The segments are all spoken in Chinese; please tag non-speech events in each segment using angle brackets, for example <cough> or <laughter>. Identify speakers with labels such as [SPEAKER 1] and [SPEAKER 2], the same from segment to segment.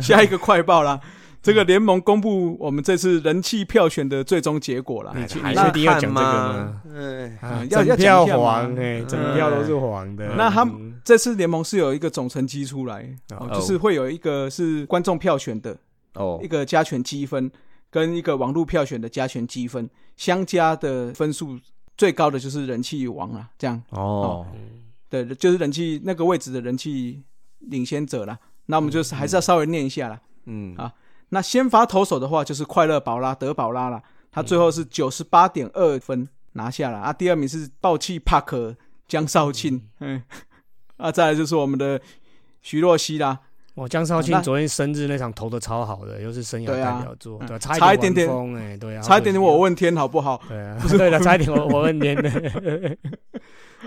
[SPEAKER 1] 下一个快报啦。这个联盟公布我们这次人气票选的最终结果啦。
[SPEAKER 2] 你确
[SPEAKER 1] 那
[SPEAKER 2] 你确定要讲这个
[SPEAKER 3] 吗
[SPEAKER 2] 吗？？
[SPEAKER 3] 嗯，
[SPEAKER 1] 啊
[SPEAKER 2] 啊
[SPEAKER 1] 要要讲
[SPEAKER 2] 整
[SPEAKER 1] 一下
[SPEAKER 2] 票
[SPEAKER 1] 嘛
[SPEAKER 2] 黄哎，整票都是黄的。
[SPEAKER 1] 那他
[SPEAKER 2] 嗯
[SPEAKER 1] 这次联盟是有一个总成绩出来，
[SPEAKER 2] 哦
[SPEAKER 1] 哦就是会有一个是观众票选的
[SPEAKER 3] 哦
[SPEAKER 1] 一，个加权积分，跟一个网络票选的加权积分，相加的分数最高的就是人气王啦。这样
[SPEAKER 3] 哦，
[SPEAKER 1] 对，就是人气那个位置的人气领先者啦。那我们就是还是要稍微念一下啦。
[SPEAKER 3] 嗯
[SPEAKER 1] 啊那先发投手的话，就是快乐宝拉德宝拉啦，他最后是
[SPEAKER 2] 嗯
[SPEAKER 1] 九十八点二分拿下了啊。第二名是暴气帕克江少庆，嗯， <laughs> 啊，再来就是我们的徐若曦啦，
[SPEAKER 2] 我江
[SPEAKER 1] 那
[SPEAKER 2] 少庆昨天生日那场投的超好的，又是生涯
[SPEAKER 1] 对啊
[SPEAKER 2] 代表作，
[SPEAKER 1] 嗯
[SPEAKER 2] 对吧，差
[SPEAKER 1] 差一
[SPEAKER 2] 一点
[SPEAKER 1] 点点
[SPEAKER 2] 完封哎，对啊，
[SPEAKER 1] 差一点点我
[SPEAKER 2] 问，
[SPEAKER 1] 问天好不好？
[SPEAKER 2] 对啊， <laughs> 对了，差一点我我问 <laughs> 天的，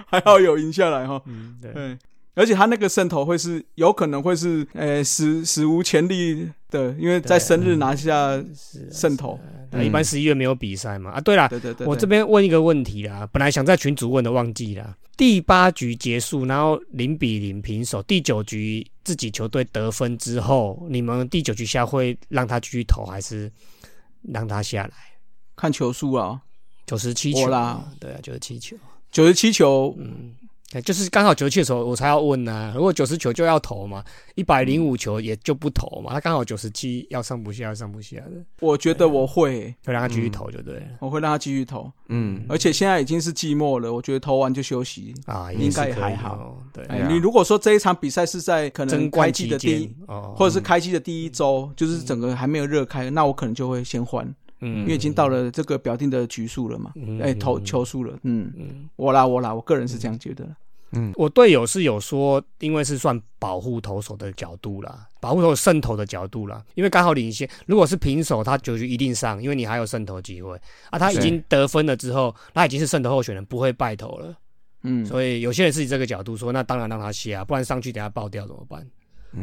[SPEAKER 1] 还好有赢下来哈，
[SPEAKER 2] 嗯，对，
[SPEAKER 1] 对。而且他那个胜投会是有可能会是呃史史无前例的，因为在
[SPEAKER 2] 对
[SPEAKER 1] 生日拿下，
[SPEAKER 2] 是啊
[SPEAKER 1] 胜投，
[SPEAKER 2] 是
[SPEAKER 3] 嗯
[SPEAKER 2] 啊那一般十一月没有比赛嘛啊，对啦，
[SPEAKER 1] 对对对
[SPEAKER 2] 我
[SPEAKER 1] 对
[SPEAKER 2] 这边问一个问题啦，本来想在群主问的，忘记啦。第八局结束，然后零比零平手。第九局自己球队得分之后，你们第九局下会让他继续投，还是让他下来？
[SPEAKER 1] 看球数啊，
[SPEAKER 2] 九十七球
[SPEAKER 1] 我啦，
[SPEAKER 2] 对啊，九十七球，
[SPEAKER 1] 九十七球，
[SPEAKER 2] 嗯，哎就是刚好九十七的时候我才要问呐、如果九十球就要投嘛，一百零五球也就不投嘛，他刚好九十七要上不下，要上不下的，
[SPEAKER 1] 我觉得我会
[SPEAKER 2] 就让他继
[SPEAKER 1] 嗯
[SPEAKER 2] 续投就对了。
[SPEAKER 1] 我会让他继续投，
[SPEAKER 3] 嗯，
[SPEAKER 1] 而且现在已经是季末了，我觉得投完就休息。
[SPEAKER 2] 啊，
[SPEAKER 1] 应该
[SPEAKER 2] 也是可以
[SPEAKER 1] 还好
[SPEAKER 2] 哦，对，
[SPEAKER 1] 哎
[SPEAKER 3] 对啊
[SPEAKER 1] 你如果说这一场比赛是在可
[SPEAKER 2] 争
[SPEAKER 1] 能开
[SPEAKER 2] 冠
[SPEAKER 1] 季
[SPEAKER 2] 期
[SPEAKER 1] 的第一
[SPEAKER 2] 间，，哦
[SPEAKER 1] 或者是开季的第一周，就是整个还没有热开，那我可能就会先换，
[SPEAKER 2] 嗯
[SPEAKER 1] 因为已经到了这个表定的局数了嘛，
[SPEAKER 2] 嗯
[SPEAKER 1] 哎，投球数了。嗯，
[SPEAKER 2] 嗯，
[SPEAKER 1] 我啦我啦，我个人是这样觉得啦。
[SPEAKER 2] 我队友是有说，因为是算保护投手的角度啦，保护投手胜投的角度啦，因为刚好领先。如果是平手，他九局一定上，因为你还有胜投机会啊。他已经得分了之后，他已经是胜投候选人，不会败投了。
[SPEAKER 1] 嗯，
[SPEAKER 2] 所以有些人是以这个角度说，那当然让他下，啊不然上去等下爆掉怎么办？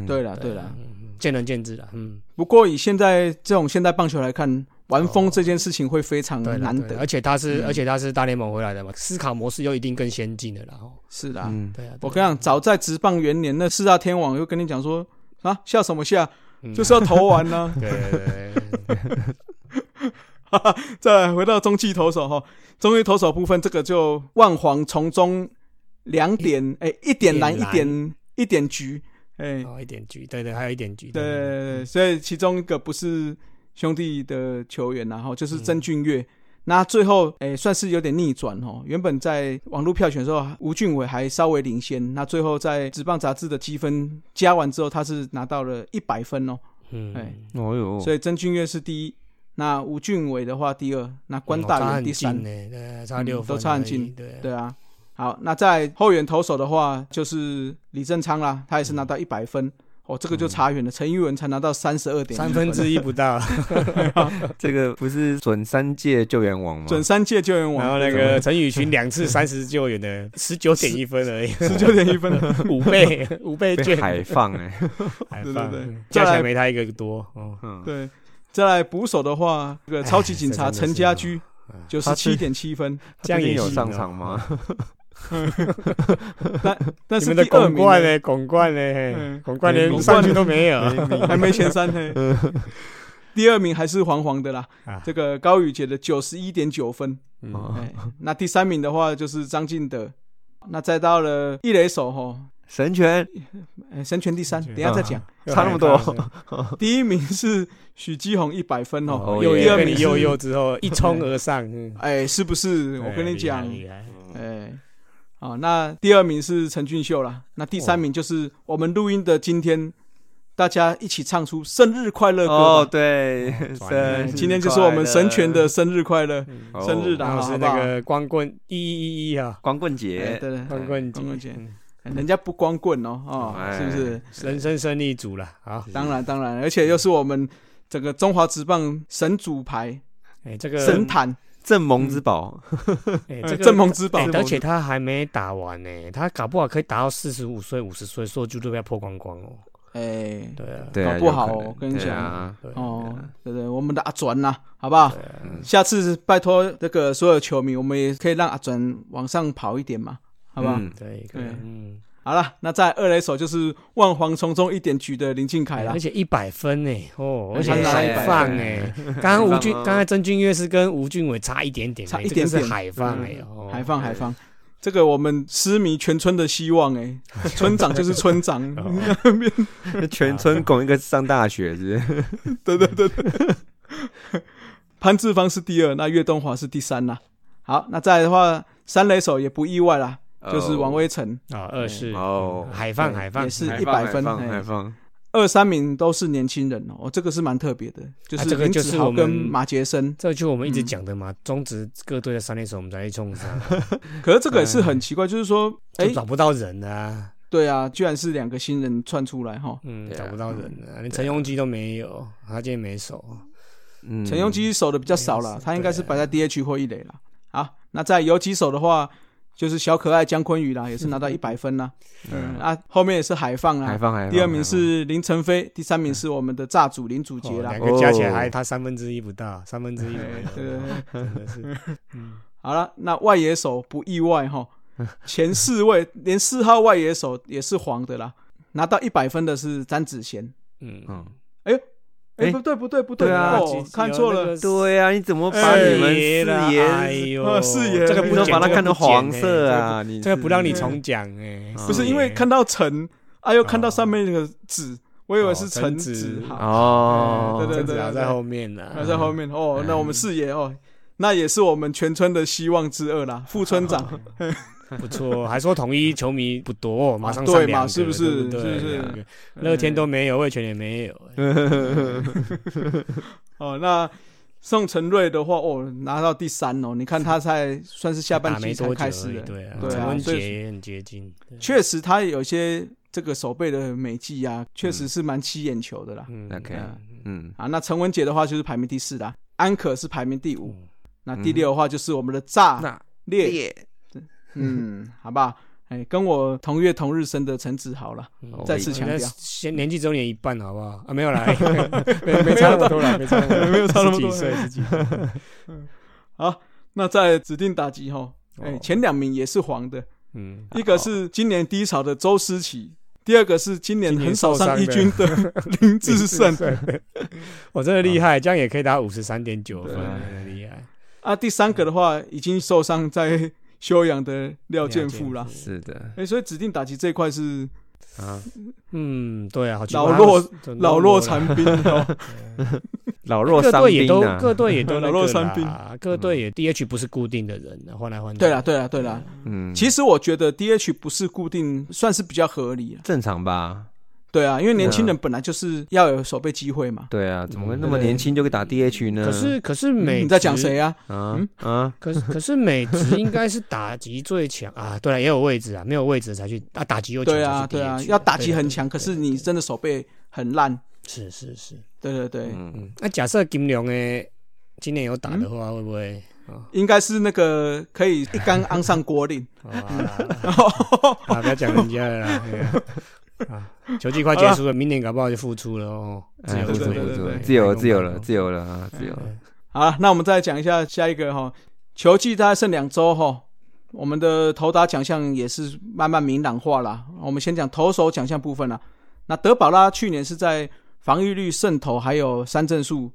[SPEAKER 1] 对啦对啦
[SPEAKER 2] 啊。，嗯见仁见智啦。嗯，
[SPEAKER 1] 不过以现在这种现代棒球来看，玩疯这件事情会非常
[SPEAKER 2] 对啦
[SPEAKER 1] 嗯难
[SPEAKER 2] 对啦
[SPEAKER 1] 得
[SPEAKER 2] 而。且他是
[SPEAKER 1] 嗯
[SPEAKER 2] 而且他是大联盟回来的嘛，思考模式又一定更先进的啦。哦
[SPEAKER 1] 是啦，
[SPEAKER 3] 嗯，
[SPEAKER 2] 对啊，
[SPEAKER 1] 我跟你讲，早在职棒元年，那四大天王又跟你讲说啊，笑什么笑，
[SPEAKER 2] 你
[SPEAKER 1] 就是要投完
[SPEAKER 2] <laughs>
[SPEAKER 1] 呢。
[SPEAKER 2] 对啊对对对
[SPEAKER 1] <laughs>
[SPEAKER 2] 对
[SPEAKER 1] 再来回到中继投手哈，中继投手部分这个就万黄从中两点哎一点蓝
[SPEAKER 2] 一
[SPEAKER 1] 一
[SPEAKER 2] 点蓝
[SPEAKER 1] 点一点橘哎
[SPEAKER 2] 哦，一点局，对对，还有一点局，
[SPEAKER 1] 对对对，所以其中一个不是兄弟的球员然后就是
[SPEAKER 2] 嗯
[SPEAKER 1] 曾俊岳。那最后，哎，算是有点逆转哦。原本在网络票选的时候，吴俊伟还稍微领先。那最后在《职棒杂志》的积分加完之后，他是拿到了一百分哦。
[SPEAKER 2] 嗯，
[SPEAKER 1] 哎
[SPEAKER 3] 哦哟，
[SPEAKER 1] 所以曾俊岳是第一，那吴俊伟的话第二，那
[SPEAKER 2] 哦
[SPEAKER 1] 关大元第三。
[SPEAKER 2] 呢、对，差六
[SPEAKER 1] 嗯
[SPEAKER 2] 分、
[SPEAKER 1] 都差很近，
[SPEAKER 2] 对啊，
[SPEAKER 1] 对啊，好，那在后援投手的话，就是李正昌啦，他也是拿到一百分。哦，这个就差远了，陈玉文才拿到三十二点
[SPEAKER 2] 嗯三分之一不到。
[SPEAKER 1] <laughs>
[SPEAKER 3] 这个不是准三届救援王吗？
[SPEAKER 1] 准三届救援
[SPEAKER 2] 然后
[SPEAKER 1] 王，
[SPEAKER 2] 那个陈宇群两次
[SPEAKER 1] <laughs>
[SPEAKER 2] 三十救援的十九点一分而已，
[SPEAKER 1] 十九点一分，
[SPEAKER 2] <laughs> 五
[SPEAKER 1] <laughs>
[SPEAKER 2] 倍五倍
[SPEAKER 3] 被
[SPEAKER 2] 券，
[SPEAKER 3] 海放哎，
[SPEAKER 2] 海
[SPEAKER 1] 对对
[SPEAKER 2] 放
[SPEAKER 1] 对
[SPEAKER 2] 加起
[SPEAKER 1] 再
[SPEAKER 2] 来
[SPEAKER 1] 来
[SPEAKER 2] 没他一个多。哦，
[SPEAKER 3] 嗯，
[SPEAKER 1] 对。再来捕手的话，这个超级警察
[SPEAKER 2] 哎这真
[SPEAKER 1] 陈
[SPEAKER 2] 的是
[SPEAKER 1] 家驹
[SPEAKER 2] 哎
[SPEAKER 1] 九十
[SPEAKER 3] 他
[SPEAKER 1] 七
[SPEAKER 3] 是
[SPEAKER 1] 点七分，
[SPEAKER 2] 这样也
[SPEAKER 3] 有
[SPEAKER 1] 啊
[SPEAKER 2] 行
[SPEAKER 3] 上
[SPEAKER 2] 哦
[SPEAKER 1] <laughs>
[SPEAKER 3] 场吗？？
[SPEAKER 1] 但
[SPEAKER 2] 你
[SPEAKER 1] 是
[SPEAKER 2] 们的
[SPEAKER 1] 第二
[SPEAKER 2] 拱
[SPEAKER 1] 名
[SPEAKER 2] 冠呢？拱冠呢
[SPEAKER 1] 嗯？
[SPEAKER 2] 拱冠
[SPEAKER 3] 没
[SPEAKER 2] 连
[SPEAKER 3] 名
[SPEAKER 2] 上去都没有。
[SPEAKER 1] 还没前三嘿。
[SPEAKER 2] <laughs>
[SPEAKER 1] 第二名还是黄黄的啦
[SPEAKER 2] 啊，
[SPEAKER 1] 这个高宇杰的九十一点九分，
[SPEAKER 2] 嗯
[SPEAKER 3] 哦
[SPEAKER 1] 哎，那第三名的话就是张敬德，那再到了一垒手吼，
[SPEAKER 3] 神拳
[SPEAKER 1] 哎，神拳第三，
[SPEAKER 2] 神啊
[SPEAKER 1] 等
[SPEAKER 2] 拳
[SPEAKER 1] 一下再讲。
[SPEAKER 3] 差那么多，
[SPEAKER 1] 第一名是许基宏一百分哦，
[SPEAKER 3] 哦
[SPEAKER 2] 又
[SPEAKER 3] 耶
[SPEAKER 1] 第二
[SPEAKER 2] 跟
[SPEAKER 1] 名
[SPEAKER 2] 你
[SPEAKER 1] 是
[SPEAKER 2] 悠悠之后一冲而上。
[SPEAKER 1] <laughs>
[SPEAKER 2] 嗯
[SPEAKER 1] 哎，是不是？我跟你讲，
[SPEAKER 2] 厉害厉害
[SPEAKER 1] 哎，好，那第二名是陈俊秀啦，那第三名就是我们录音的今天，大家一起唱出生日快乐歌吧。哎
[SPEAKER 3] 哦，对，
[SPEAKER 2] 转
[SPEAKER 3] 生
[SPEAKER 1] 今天就是我们神拳的
[SPEAKER 3] 日
[SPEAKER 1] 生日快乐，
[SPEAKER 3] 快乐
[SPEAKER 1] 生日
[SPEAKER 3] 哦
[SPEAKER 1] 的
[SPEAKER 2] 然后是那个光棍一一一一啊，
[SPEAKER 3] 光棍
[SPEAKER 1] 哎
[SPEAKER 3] 节，
[SPEAKER 1] 对对，
[SPEAKER 2] 光棍节
[SPEAKER 1] 光棍节
[SPEAKER 2] 嗯
[SPEAKER 1] 哎人家不光棍哦，哦，
[SPEAKER 3] 哎
[SPEAKER 1] 是不是？
[SPEAKER 2] 人生胜利组了啊！
[SPEAKER 1] 当然当然，而且又是我们整个中华职棒神主牌
[SPEAKER 2] 哎，这个
[SPEAKER 1] 神坛，
[SPEAKER 3] 正盟之宝，
[SPEAKER 1] 哎
[SPEAKER 2] 哎，这个
[SPEAKER 1] 正盟之宝
[SPEAKER 2] 哎，而且他还没打完呢，他搞不好可以打到四十五岁、五十岁，说就都被他破光光哦。
[SPEAKER 1] 哎，
[SPEAKER 2] 对啊，
[SPEAKER 3] 对啊，
[SPEAKER 1] 搞不好
[SPEAKER 3] 有可能
[SPEAKER 1] 我跟你
[SPEAKER 3] 对
[SPEAKER 1] 讲
[SPEAKER 3] 啊
[SPEAKER 2] 对啊
[SPEAKER 1] 哦，对对，我们的阿转呐，好不好？
[SPEAKER 2] 对啊
[SPEAKER 3] 嗯
[SPEAKER 1] 下次拜托那个所有球迷，我们也可以让阿转往上跑一点嘛，好不好？
[SPEAKER 3] 嗯
[SPEAKER 2] 对，可
[SPEAKER 1] 对
[SPEAKER 2] 以嗯，
[SPEAKER 1] 好了，那在二垒手就是万黄丛中一点局的林敬凯啦
[SPEAKER 2] 而。且一百分呢、哦，而且
[SPEAKER 1] 他拿
[SPEAKER 2] 海
[SPEAKER 1] 100分
[SPEAKER 2] 放哎、刚刚吴俊
[SPEAKER 3] 海，放哦
[SPEAKER 2] 刚才曾俊岳是跟吴俊伟差一点点欸、
[SPEAKER 1] 差一
[SPEAKER 2] 这个是
[SPEAKER 1] 点点
[SPEAKER 2] 海放哎、哦
[SPEAKER 1] 海放海放，这个我们痴迷全村的希望哎、
[SPEAKER 2] <laughs>
[SPEAKER 1] 村长就是村长，
[SPEAKER 2] 哦
[SPEAKER 3] 那全村拱一个上大学是不是？
[SPEAKER 1] 对对对对。 <laughs> 潘志芳是第二，那岳东华是第三啦。好，那再来的话，三垒手也不意外啦， <laughs> 就是王威成，
[SPEAKER 2] 啊，二是
[SPEAKER 3] 哦
[SPEAKER 2] 海放海放
[SPEAKER 1] 也是
[SPEAKER 2] 海
[SPEAKER 1] 一百分
[SPEAKER 3] 还放
[SPEAKER 1] 哎
[SPEAKER 3] 还放，
[SPEAKER 1] 二三名都是年轻人哦，这个是蛮特别的，就
[SPEAKER 2] 啊
[SPEAKER 1] 是
[SPEAKER 2] 这个
[SPEAKER 1] 林
[SPEAKER 2] 就
[SPEAKER 1] 子
[SPEAKER 2] 是
[SPEAKER 1] 豪
[SPEAKER 2] 我
[SPEAKER 1] 跟
[SPEAKER 2] 们
[SPEAKER 1] 马杰森。
[SPEAKER 2] 这就我们一直讲的嘛，中职各队的三垒手，我们才去冲上，
[SPEAKER 1] 可是这个也是很奇怪，就是说，哎、
[SPEAKER 2] 就找不到人啊，
[SPEAKER 1] 对啊，居然是两个新人窜出来哈。
[SPEAKER 2] 嗯，
[SPEAKER 3] 对啊
[SPEAKER 2] 找不到人啊，连陈庸基都没有，他今天没守，
[SPEAKER 1] 哦
[SPEAKER 3] 嗯
[SPEAKER 1] 陈庸基守的比较少啦
[SPEAKER 2] 嗯，
[SPEAKER 1] 他应该是摆在 DH 或一垒啦。好，那在游击手的话，就是小可爱江坤宇啦，也是
[SPEAKER 2] <laughs>
[SPEAKER 1] 拿到一百分啦。嗯啊，后面也是海放
[SPEAKER 3] 还
[SPEAKER 1] 啦，
[SPEAKER 3] 放还放，
[SPEAKER 1] 第二名是林晨飞，第三名是我们的炸主林祖杰
[SPEAKER 2] 哦
[SPEAKER 1] 啦
[SPEAKER 2] 两。个加起来还
[SPEAKER 3] 哦
[SPEAKER 2] 他三分之一不到，三分之一
[SPEAKER 1] 哎 <laughs> 对
[SPEAKER 2] 左右
[SPEAKER 1] 对，对
[SPEAKER 2] 真的是，嗯，
[SPEAKER 1] 好了，那外野手不意外
[SPEAKER 2] <laughs>
[SPEAKER 1] 哈，前四位连四号外野手也是黄的啦，拿到一百分的是詹子贤。
[SPEAKER 2] 嗯
[SPEAKER 3] 还放。嗯
[SPEAKER 1] 哎、
[SPEAKER 3] 哎
[SPEAKER 1] 不对不对不对，
[SPEAKER 3] 对啊
[SPEAKER 1] 哦，看错了。，
[SPEAKER 3] <laughs> 对啊，你怎么把你们
[SPEAKER 2] 视
[SPEAKER 3] 四
[SPEAKER 2] 哎
[SPEAKER 3] 爷
[SPEAKER 2] 呦，
[SPEAKER 1] 呃 <laughs> 四爷
[SPEAKER 2] 这个
[SPEAKER 1] 你
[SPEAKER 2] 不
[SPEAKER 1] 都
[SPEAKER 2] 剪
[SPEAKER 1] 把它
[SPEAKER 2] 这个
[SPEAKER 3] 看
[SPEAKER 2] 不
[SPEAKER 3] 成
[SPEAKER 2] 剪
[SPEAKER 3] 黄
[SPEAKER 2] 哎
[SPEAKER 3] 色啊
[SPEAKER 2] 这个
[SPEAKER 3] 你
[SPEAKER 2] 不这个
[SPEAKER 3] 是
[SPEAKER 2] 不让你重讲哎，
[SPEAKER 1] 不是因为看到陈，啊又看到上面那个子，我以为是陈子
[SPEAKER 2] 哦哦陈子
[SPEAKER 1] 豪，啊
[SPEAKER 3] 哦，
[SPEAKER 1] 对对
[SPEAKER 2] 曾子豪在后面呢，
[SPEAKER 1] 还在后面
[SPEAKER 2] 哎
[SPEAKER 1] 哦。那我们四爷哦，那也是我们全村的希望之二啦，副村
[SPEAKER 2] 哦
[SPEAKER 1] 长。
[SPEAKER 2] 不错，还说统一球迷不多，马上
[SPEAKER 1] 哦对
[SPEAKER 2] 上
[SPEAKER 1] 嘛
[SPEAKER 2] 两个
[SPEAKER 1] 是不是
[SPEAKER 2] 对
[SPEAKER 1] 是
[SPEAKER 2] 对
[SPEAKER 1] 不是嗯
[SPEAKER 2] 两个乐天都没有，味全也没有，哎
[SPEAKER 1] 哦，那宋承瑞的话，哦，拿到第三哦，你看他才算是下
[SPEAKER 2] 打
[SPEAKER 1] 半
[SPEAKER 2] 没
[SPEAKER 1] 季才
[SPEAKER 2] 多久而
[SPEAKER 1] 开始
[SPEAKER 2] 已，
[SPEAKER 1] 的，
[SPEAKER 2] 对啊，
[SPEAKER 1] 对啊
[SPEAKER 2] 陈文
[SPEAKER 1] 所以
[SPEAKER 2] 杰也很接近，对
[SPEAKER 1] 确实他有一些这个手背的美技啊，确实是蛮吸眼球的啦。
[SPEAKER 2] 嗯
[SPEAKER 3] OK
[SPEAKER 2] 嗯
[SPEAKER 3] 嗯，
[SPEAKER 1] 啊，那陈文杰的话就是排名第四啦，安可是排名第五，
[SPEAKER 2] 嗯
[SPEAKER 1] 那第六的话就是我们的炸
[SPEAKER 3] 那
[SPEAKER 1] 裂，嗯，好吧，哎，跟我同月同日生的陈子豪啦。
[SPEAKER 2] 嗯
[SPEAKER 3] 哦
[SPEAKER 1] 再次强调
[SPEAKER 2] 那先年纪只有你一半，好不好？啊，没有啦，哎没
[SPEAKER 1] 没
[SPEAKER 2] 没
[SPEAKER 1] 有
[SPEAKER 2] 差那么多啦，没差那 <laughs> 么多，
[SPEAKER 1] 没有差那么多
[SPEAKER 2] 十几岁，十几岁，
[SPEAKER 1] 好，那在指定打击哈，哎、
[SPEAKER 2] 哦
[SPEAKER 1] 前两名也是黄的，
[SPEAKER 2] 嗯，
[SPEAKER 1] <laughs> 一个是今年低潮的周思齐，第二个是今年
[SPEAKER 2] 今年
[SPEAKER 1] 很少
[SPEAKER 2] 受
[SPEAKER 1] 上
[SPEAKER 2] 伤
[SPEAKER 1] 一
[SPEAKER 2] 的
[SPEAKER 1] 军的
[SPEAKER 2] <laughs>
[SPEAKER 1] 林志胜，
[SPEAKER 2] 我真的厉害，这样也可以打五十三点九分，
[SPEAKER 3] 对
[SPEAKER 2] 很厉害。
[SPEAKER 1] 啊，第三个的话已经受伤在休养的廖健富啦。
[SPEAKER 3] 是的，
[SPEAKER 1] 哎、所以指定打击这一块是
[SPEAKER 3] 啊，
[SPEAKER 2] 嗯，对啊，好奇
[SPEAKER 1] 老
[SPEAKER 2] 怪
[SPEAKER 1] 弱
[SPEAKER 2] 他们
[SPEAKER 1] 老弱残兵哦，
[SPEAKER 3] 老弱
[SPEAKER 2] 各
[SPEAKER 3] 伤
[SPEAKER 2] 队也
[SPEAKER 3] 兵
[SPEAKER 2] 都
[SPEAKER 3] 啊，
[SPEAKER 2] 各队
[SPEAKER 1] <laughs>
[SPEAKER 2] 也都
[SPEAKER 1] 老弱伤兵
[SPEAKER 2] 兵，各队也 DH 不是固定的人，啊换来换去。
[SPEAKER 1] 对啦，对啦，对啦。
[SPEAKER 3] 嗯，
[SPEAKER 1] 其
[SPEAKER 3] 实
[SPEAKER 1] 实我觉得 DH 不是固定，算是比较合理了。
[SPEAKER 3] 正常吧？
[SPEAKER 1] 对啊，因为年轻人本来就是要有守备机会嘛。
[SPEAKER 3] 对啊，怎么会
[SPEAKER 2] 嗯
[SPEAKER 3] 那么
[SPEAKER 1] 对
[SPEAKER 3] 年轻就可以打 DH 呢？
[SPEAKER 2] 可是可是美
[SPEAKER 1] 你在讲谁
[SPEAKER 2] 啊？
[SPEAKER 1] 啊？
[SPEAKER 3] 啊
[SPEAKER 1] 嗯
[SPEAKER 3] 啊，
[SPEAKER 2] 可是可是美职应该是打击最强啊，对了，也有位置啊，没有位置才去啊，打击又强
[SPEAKER 1] 对啊，
[SPEAKER 2] 才去
[SPEAKER 1] 对啊，
[SPEAKER 2] DH
[SPEAKER 1] 要打击很强，
[SPEAKER 2] 对
[SPEAKER 1] 可
[SPEAKER 2] 对
[SPEAKER 1] 是
[SPEAKER 2] 对
[SPEAKER 1] 你
[SPEAKER 2] 对
[SPEAKER 1] 真的手背很烂。
[SPEAKER 2] 是是是，
[SPEAKER 1] 对对对，
[SPEAKER 3] 嗯，
[SPEAKER 2] 嗯，那假设金龙诶今年有打
[SPEAKER 1] 嗯
[SPEAKER 2] 的话，会不会？
[SPEAKER 1] 应该是那个可以一 <laughs> 杆昂上锅岭。
[SPEAKER 2] 好
[SPEAKER 1] <laughs>
[SPEAKER 2] 啊，啊不要讲人家了啦，对啊啊，球季快结束了，明年搞不好就复出了哦，自
[SPEAKER 3] 哎
[SPEAKER 2] 由
[SPEAKER 3] 不
[SPEAKER 1] 对
[SPEAKER 2] 自
[SPEAKER 3] 错
[SPEAKER 1] 对
[SPEAKER 2] 由
[SPEAKER 3] 不
[SPEAKER 1] 对
[SPEAKER 3] 错，
[SPEAKER 1] 对
[SPEAKER 3] 自由自由了，
[SPEAKER 2] 对
[SPEAKER 3] 自由了啊，自由了，
[SPEAKER 1] 好了，那我们再讲一下下一个哈，球季大概剩两周哈，我们的投打奖项也是慢慢明朗化啦。我们先讲投手奖项部分啦。那德保拉去年是在防御率、胜投还有三振数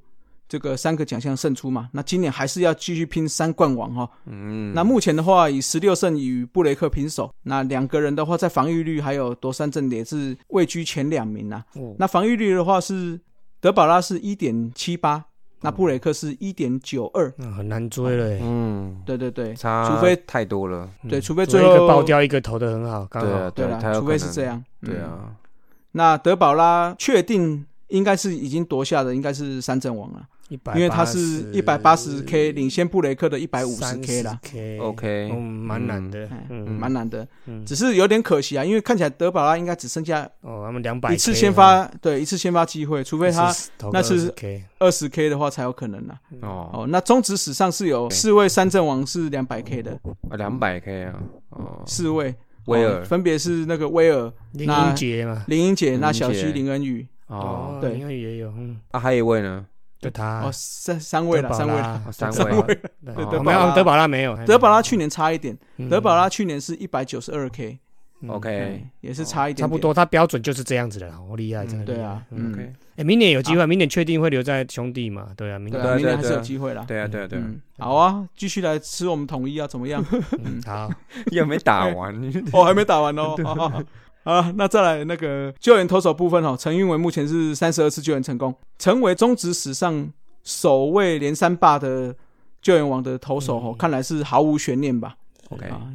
[SPEAKER 1] 这个三个奖项胜出嘛，那今年还是要继续拼三冠王哈。
[SPEAKER 3] 嗯，
[SPEAKER 1] 那目前的话，以十六胜与布雷克平手，那两个人的话在防御率还有夺三振也是位居前两名啊。
[SPEAKER 2] 哦
[SPEAKER 1] 那防御率的话是德保拉是一点七八，那布雷克是一点九二。
[SPEAKER 2] 那很难追了欸。
[SPEAKER 3] 嗯，
[SPEAKER 1] 对对对，
[SPEAKER 3] 差，
[SPEAKER 1] 除非
[SPEAKER 3] 太多了，
[SPEAKER 1] 对，除非
[SPEAKER 2] 除非
[SPEAKER 1] 最
[SPEAKER 2] 一
[SPEAKER 1] 后
[SPEAKER 2] 个爆，掉，一个投的很好，刚
[SPEAKER 3] 对啊
[SPEAKER 2] 好。
[SPEAKER 1] 对
[SPEAKER 3] 对
[SPEAKER 1] 啦
[SPEAKER 3] 啊，他有
[SPEAKER 1] 除
[SPEAKER 3] 可
[SPEAKER 1] 非是
[SPEAKER 3] 能
[SPEAKER 1] 这样。
[SPEAKER 3] 对
[SPEAKER 1] 嗯
[SPEAKER 3] 啊，
[SPEAKER 1] 那德保拉确定应该是已经夺下的，应该是三阵王了，
[SPEAKER 2] 一百，
[SPEAKER 1] 因为他是一百八十 K 领先布雷克的一百五十 K 啦，
[SPEAKER 2] K
[SPEAKER 3] OK，
[SPEAKER 2] 嗯，蛮难的
[SPEAKER 1] 哎，
[SPEAKER 2] 嗯，
[SPEAKER 1] 蛮难的
[SPEAKER 2] 嗯，
[SPEAKER 1] 只是有点可惜啊，因为看起来德保拉应该只剩下
[SPEAKER 2] 哦，他们两百
[SPEAKER 1] 一次先发，对，一次先发机会，除非他那次是
[SPEAKER 2] K
[SPEAKER 1] 二十 K 的话才有可能啦。
[SPEAKER 3] 哦，
[SPEAKER 1] 哦，那中职史上是有四位三阵王是两百 K 的，
[SPEAKER 3] 两百 K 啊，哦，
[SPEAKER 1] 四位
[SPEAKER 3] 威
[SPEAKER 1] 哦
[SPEAKER 3] 尔
[SPEAKER 1] 分别是那个威尔、
[SPEAKER 2] 林
[SPEAKER 1] 那
[SPEAKER 2] 英杰嘛，
[SPEAKER 1] 林英杰、那小
[SPEAKER 3] 林
[SPEAKER 1] 西
[SPEAKER 3] 英杰
[SPEAKER 1] 林恩宇，
[SPEAKER 3] 哦，
[SPEAKER 1] 对
[SPEAKER 2] 因为也有，嗯，
[SPEAKER 3] 啊，还有一位呢，
[SPEAKER 2] 就他
[SPEAKER 1] 哦，三三位了，三位了。
[SPEAKER 3] 哦
[SPEAKER 2] 了
[SPEAKER 3] 三
[SPEAKER 2] 位
[SPEAKER 3] 位啊，
[SPEAKER 1] 对
[SPEAKER 2] 对
[SPEAKER 1] 德
[SPEAKER 2] 没
[SPEAKER 1] 保
[SPEAKER 2] 有
[SPEAKER 1] 拉
[SPEAKER 2] 德保拉没有，
[SPEAKER 1] 德保拉去年差一点，
[SPEAKER 2] 嗯
[SPEAKER 1] 德保拉去年是一百九十二 K，
[SPEAKER 2] 嗯
[SPEAKER 3] OK
[SPEAKER 1] 哎也是差一点点
[SPEAKER 2] 哦差不。多，他标准就是这样子的啦，好厉害，
[SPEAKER 3] 嗯
[SPEAKER 2] 真的。
[SPEAKER 1] 对啊，，嗯，
[SPEAKER 3] OK，
[SPEAKER 2] 哎，明年有机会，明年确定会留在兄弟嘛？对啊，明
[SPEAKER 1] 对
[SPEAKER 2] 年
[SPEAKER 3] 对
[SPEAKER 1] 啊，
[SPEAKER 3] 啊
[SPEAKER 1] 明年
[SPEAKER 3] 对啊
[SPEAKER 1] 还是有机会啦。
[SPEAKER 3] 对啊对啊对啊，
[SPEAKER 1] 嗯，好啊，继续来吃我们统一啊，怎么样？
[SPEAKER 2] 嗯好，
[SPEAKER 3] 你有没有打
[SPEAKER 2] <laughs>
[SPEAKER 3] 完？
[SPEAKER 1] 哦，还没打完哦。好 <laughs> 好好啊，那再来那个救援投手部分哦，陈运维目前是三十二次救援成功，成为中职史上首位连三霸的救援王的投手哦，
[SPEAKER 2] 嗯
[SPEAKER 1] 看来是毫无悬念吧。
[SPEAKER 3] OK，
[SPEAKER 1] 啊，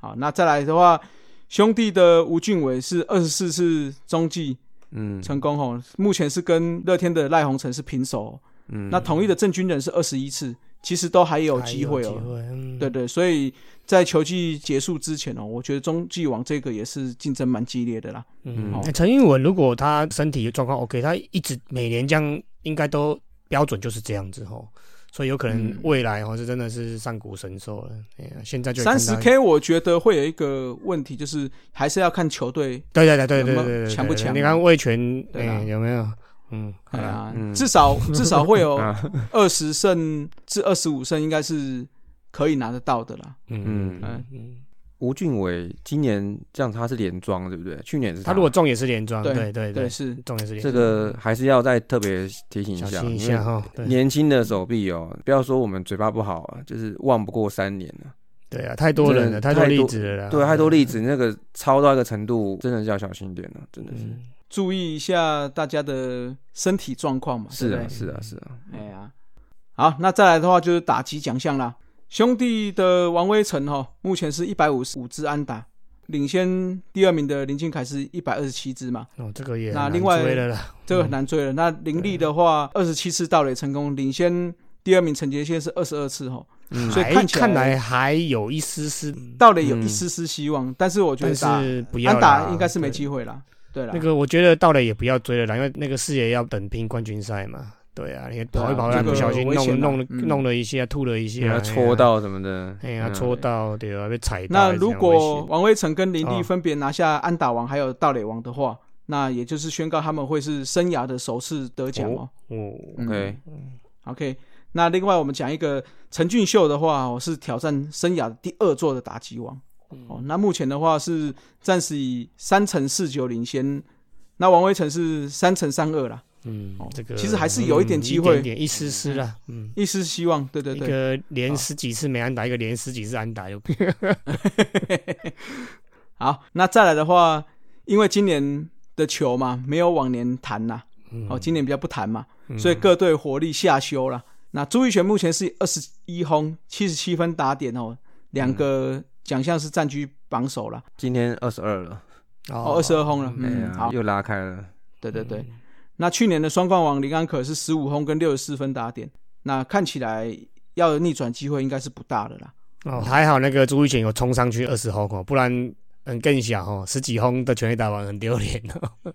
[SPEAKER 1] 好，那再来的话，兄弟的吴俊伟是二十四次中继
[SPEAKER 3] 嗯
[SPEAKER 1] 成功哦，目前是跟乐天的赖鸿成是平手哦、
[SPEAKER 3] 嗯，
[SPEAKER 1] 那统一的郑军人是二十一次，其实都还有
[SPEAKER 2] 还
[SPEAKER 1] 机会哦。
[SPEAKER 2] 机会，嗯
[SPEAKER 1] 对，对，所以在球季结束之前哦，我觉得中继王这个也是竞争蛮激烈的啦。
[SPEAKER 2] 嗯
[SPEAKER 1] 好，
[SPEAKER 2] 诶陈韵文如果他身体状况 OK，他一直每年这样应该都标准就是这样子吼，所以有可能
[SPEAKER 1] 嗯
[SPEAKER 2] 未来哦是真的是上古神兽了。哎呀，现在就
[SPEAKER 1] 三十
[SPEAKER 2] 看他
[SPEAKER 1] K 我觉得会有一个问题，就是还是要看球队。
[SPEAKER 2] 对对对对对
[SPEAKER 1] 有没
[SPEAKER 2] 对
[SPEAKER 1] 有
[SPEAKER 2] 对对，
[SPEAKER 1] 强不
[SPEAKER 2] 对
[SPEAKER 1] 强啊
[SPEAKER 2] 你看魏权
[SPEAKER 1] 对啊
[SPEAKER 2] 哎有没有？嗯，
[SPEAKER 1] 哎呀，
[SPEAKER 3] 嗯
[SPEAKER 1] 至少至少会有
[SPEAKER 3] <laughs> 啊
[SPEAKER 1] 二十胜至二十五胜，应该是可以拿得到的啦。
[SPEAKER 2] 嗯
[SPEAKER 1] 嗯
[SPEAKER 2] 嗯嗯，
[SPEAKER 3] 吴俊伟今年这样他是连庄对不对？去年是
[SPEAKER 2] 他如果中也是连庄，
[SPEAKER 1] 对
[SPEAKER 2] 啊对对
[SPEAKER 1] 对，，是
[SPEAKER 2] 中也是连
[SPEAKER 3] 这
[SPEAKER 2] 庄
[SPEAKER 3] 个还是要再特别提醒一
[SPEAKER 2] 小
[SPEAKER 3] 下，
[SPEAKER 2] 心一
[SPEAKER 3] 因
[SPEAKER 2] 下
[SPEAKER 3] 为
[SPEAKER 2] 哈，对
[SPEAKER 3] 年轻的手臂哦，不要说我们嘴巴不好啊，就是忘不过三年啊。
[SPEAKER 2] 对啊，太多人了，
[SPEAKER 3] 真的
[SPEAKER 2] 太多
[SPEAKER 3] 太多
[SPEAKER 2] 例子了啦，嗯
[SPEAKER 3] 对，太多例子，那个超到一个程度，真的是要小心一点了、哦真的是。
[SPEAKER 2] 嗯，
[SPEAKER 1] 注意一下大家的身体状况嘛。
[SPEAKER 3] 是
[SPEAKER 1] 对不
[SPEAKER 3] 啊，
[SPEAKER 1] 对
[SPEAKER 3] 是啊，是啊。
[SPEAKER 1] 哎呀，好，那再来的话就是打击奖项啦。兄弟的王威成哈、目前是一百五十五支安打，领先第二名的林俊凯是一百二十七支嘛，
[SPEAKER 2] 哦，这个也
[SPEAKER 1] 那
[SPEAKER 2] 很
[SPEAKER 1] 另
[SPEAKER 2] 难
[SPEAKER 1] 外
[SPEAKER 2] 追了啦，
[SPEAKER 1] 这个很难追了。那林立的话，二十七次盗垒成功，领先第二名陈杰宪是二十二次哈、
[SPEAKER 3] 嗯
[SPEAKER 1] 所以
[SPEAKER 2] 还
[SPEAKER 1] 看起来
[SPEAKER 2] 哎看来还有一丝丝，嗯
[SPEAKER 1] 盗垒有一丝丝希望，但是我觉得
[SPEAKER 2] 但
[SPEAKER 1] 打
[SPEAKER 2] 是不要
[SPEAKER 1] 安
[SPEAKER 2] 啦
[SPEAKER 1] 打应该是没
[SPEAKER 2] 对
[SPEAKER 1] 机会啦。对啦，
[SPEAKER 2] 那个我觉得到了也不要追了啦，因为那个视野要等拼冠军赛嘛。对啊，你跑一跑，
[SPEAKER 1] 这个
[SPEAKER 2] 不小心
[SPEAKER 1] 危
[SPEAKER 2] 弄
[SPEAKER 1] 险啊
[SPEAKER 2] 弄了
[SPEAKER 1] 嗯
[SPEAKER 2] 弄了一下，吐了一
[SPEAKER 3] 给
[SPEAKER 2] 下，
[SPEAKER 3] 他啊戳，到什么的，
[SPEAKER 2] 哎呀，
[SPEAKER 3] 嗯
[SPEAKER 2] 戳到对啊，被踩到。
[SPEAKER 1] 那
[SPEAKER 2] 还是
[SPEAKER 1] 如
[SPEAKER 2] 很
[SPEAKER 1] 果
[SPEAKER 2] 危
[SPEAKER 1] 王威成跟林立
[SPEAKER 2] 哦
[SPEAKER 1] 分别拿下安打王还有盗垒王的话，那也就是宣告他们会是生涯的首次得奖哦。
[SPEAKER 2] 险哦，
[SPEAKER 1] 嗯
[SPEAKER 3] OK，
[SPEAKER 1] OK，那另外我们讲一个陈俊秀的话，我是挑战生涯第二座的打击王。
[SPEAKER 2] 嗯
[SPEAKER 1] 哦，那目前的话是暂时以三乘四九领先，那王威成是三乘三二啦，
[SPEAKER 2] 嗯
[SPEAKER 1] 哦，
[SPEAKER 2] 这个
[SPEAKER 1] 其实还是有一点
[SPEAKER 2] 嗯
[SPEAKER 1] 机会
[SPEAKER 2] 一点点一丝丝啦，嗯，
[SPEAKER 1] 一丝希望。对对
[SPEAKER 2] 一
[SPEAKER 1] 对，
[SPEAKER 2] 个
[SPEAKER 1] 啊
[SPEAKER 2] 连十几次没安打，一个连十几次安
[SPEAKER 1] <laughs>
[SPEAKER 2] 打，有
[SPEAKER 1] 好，那再来的话，因为今年的球嘛，没有往年谈啦，
[SPEAKER 3] 嗯
[SPEAKER 1] 哦，今年比较不谈嘛，所以各队火力下修啦。那朱玉璇目前是二十一轰七十七分打点哦，两个奖项是占据榜首啦。
[SPEAKER 3] 今天二十二了，
[SPEAKER 1] 哦，二十二轰了，
[SPEAKER 3] 哎
[SPEAKER 1] 嗯，
[SPEAKER 3] 呀嗯
[SPEAKER 1] 好，，
[SPEAKER 3] 又拉开了。
[SPEAKER 1] 对对对。那去年的双冠王林安可是十五轰跟六十四分打点，那看起来要有逆转机会应该是不大的啦。
[SPEAKER 2] 哦，还好那个朱玉贤有冲上去二十轰哦，不然嗯更小哦，十几轰的全垒打王很丢脸哦。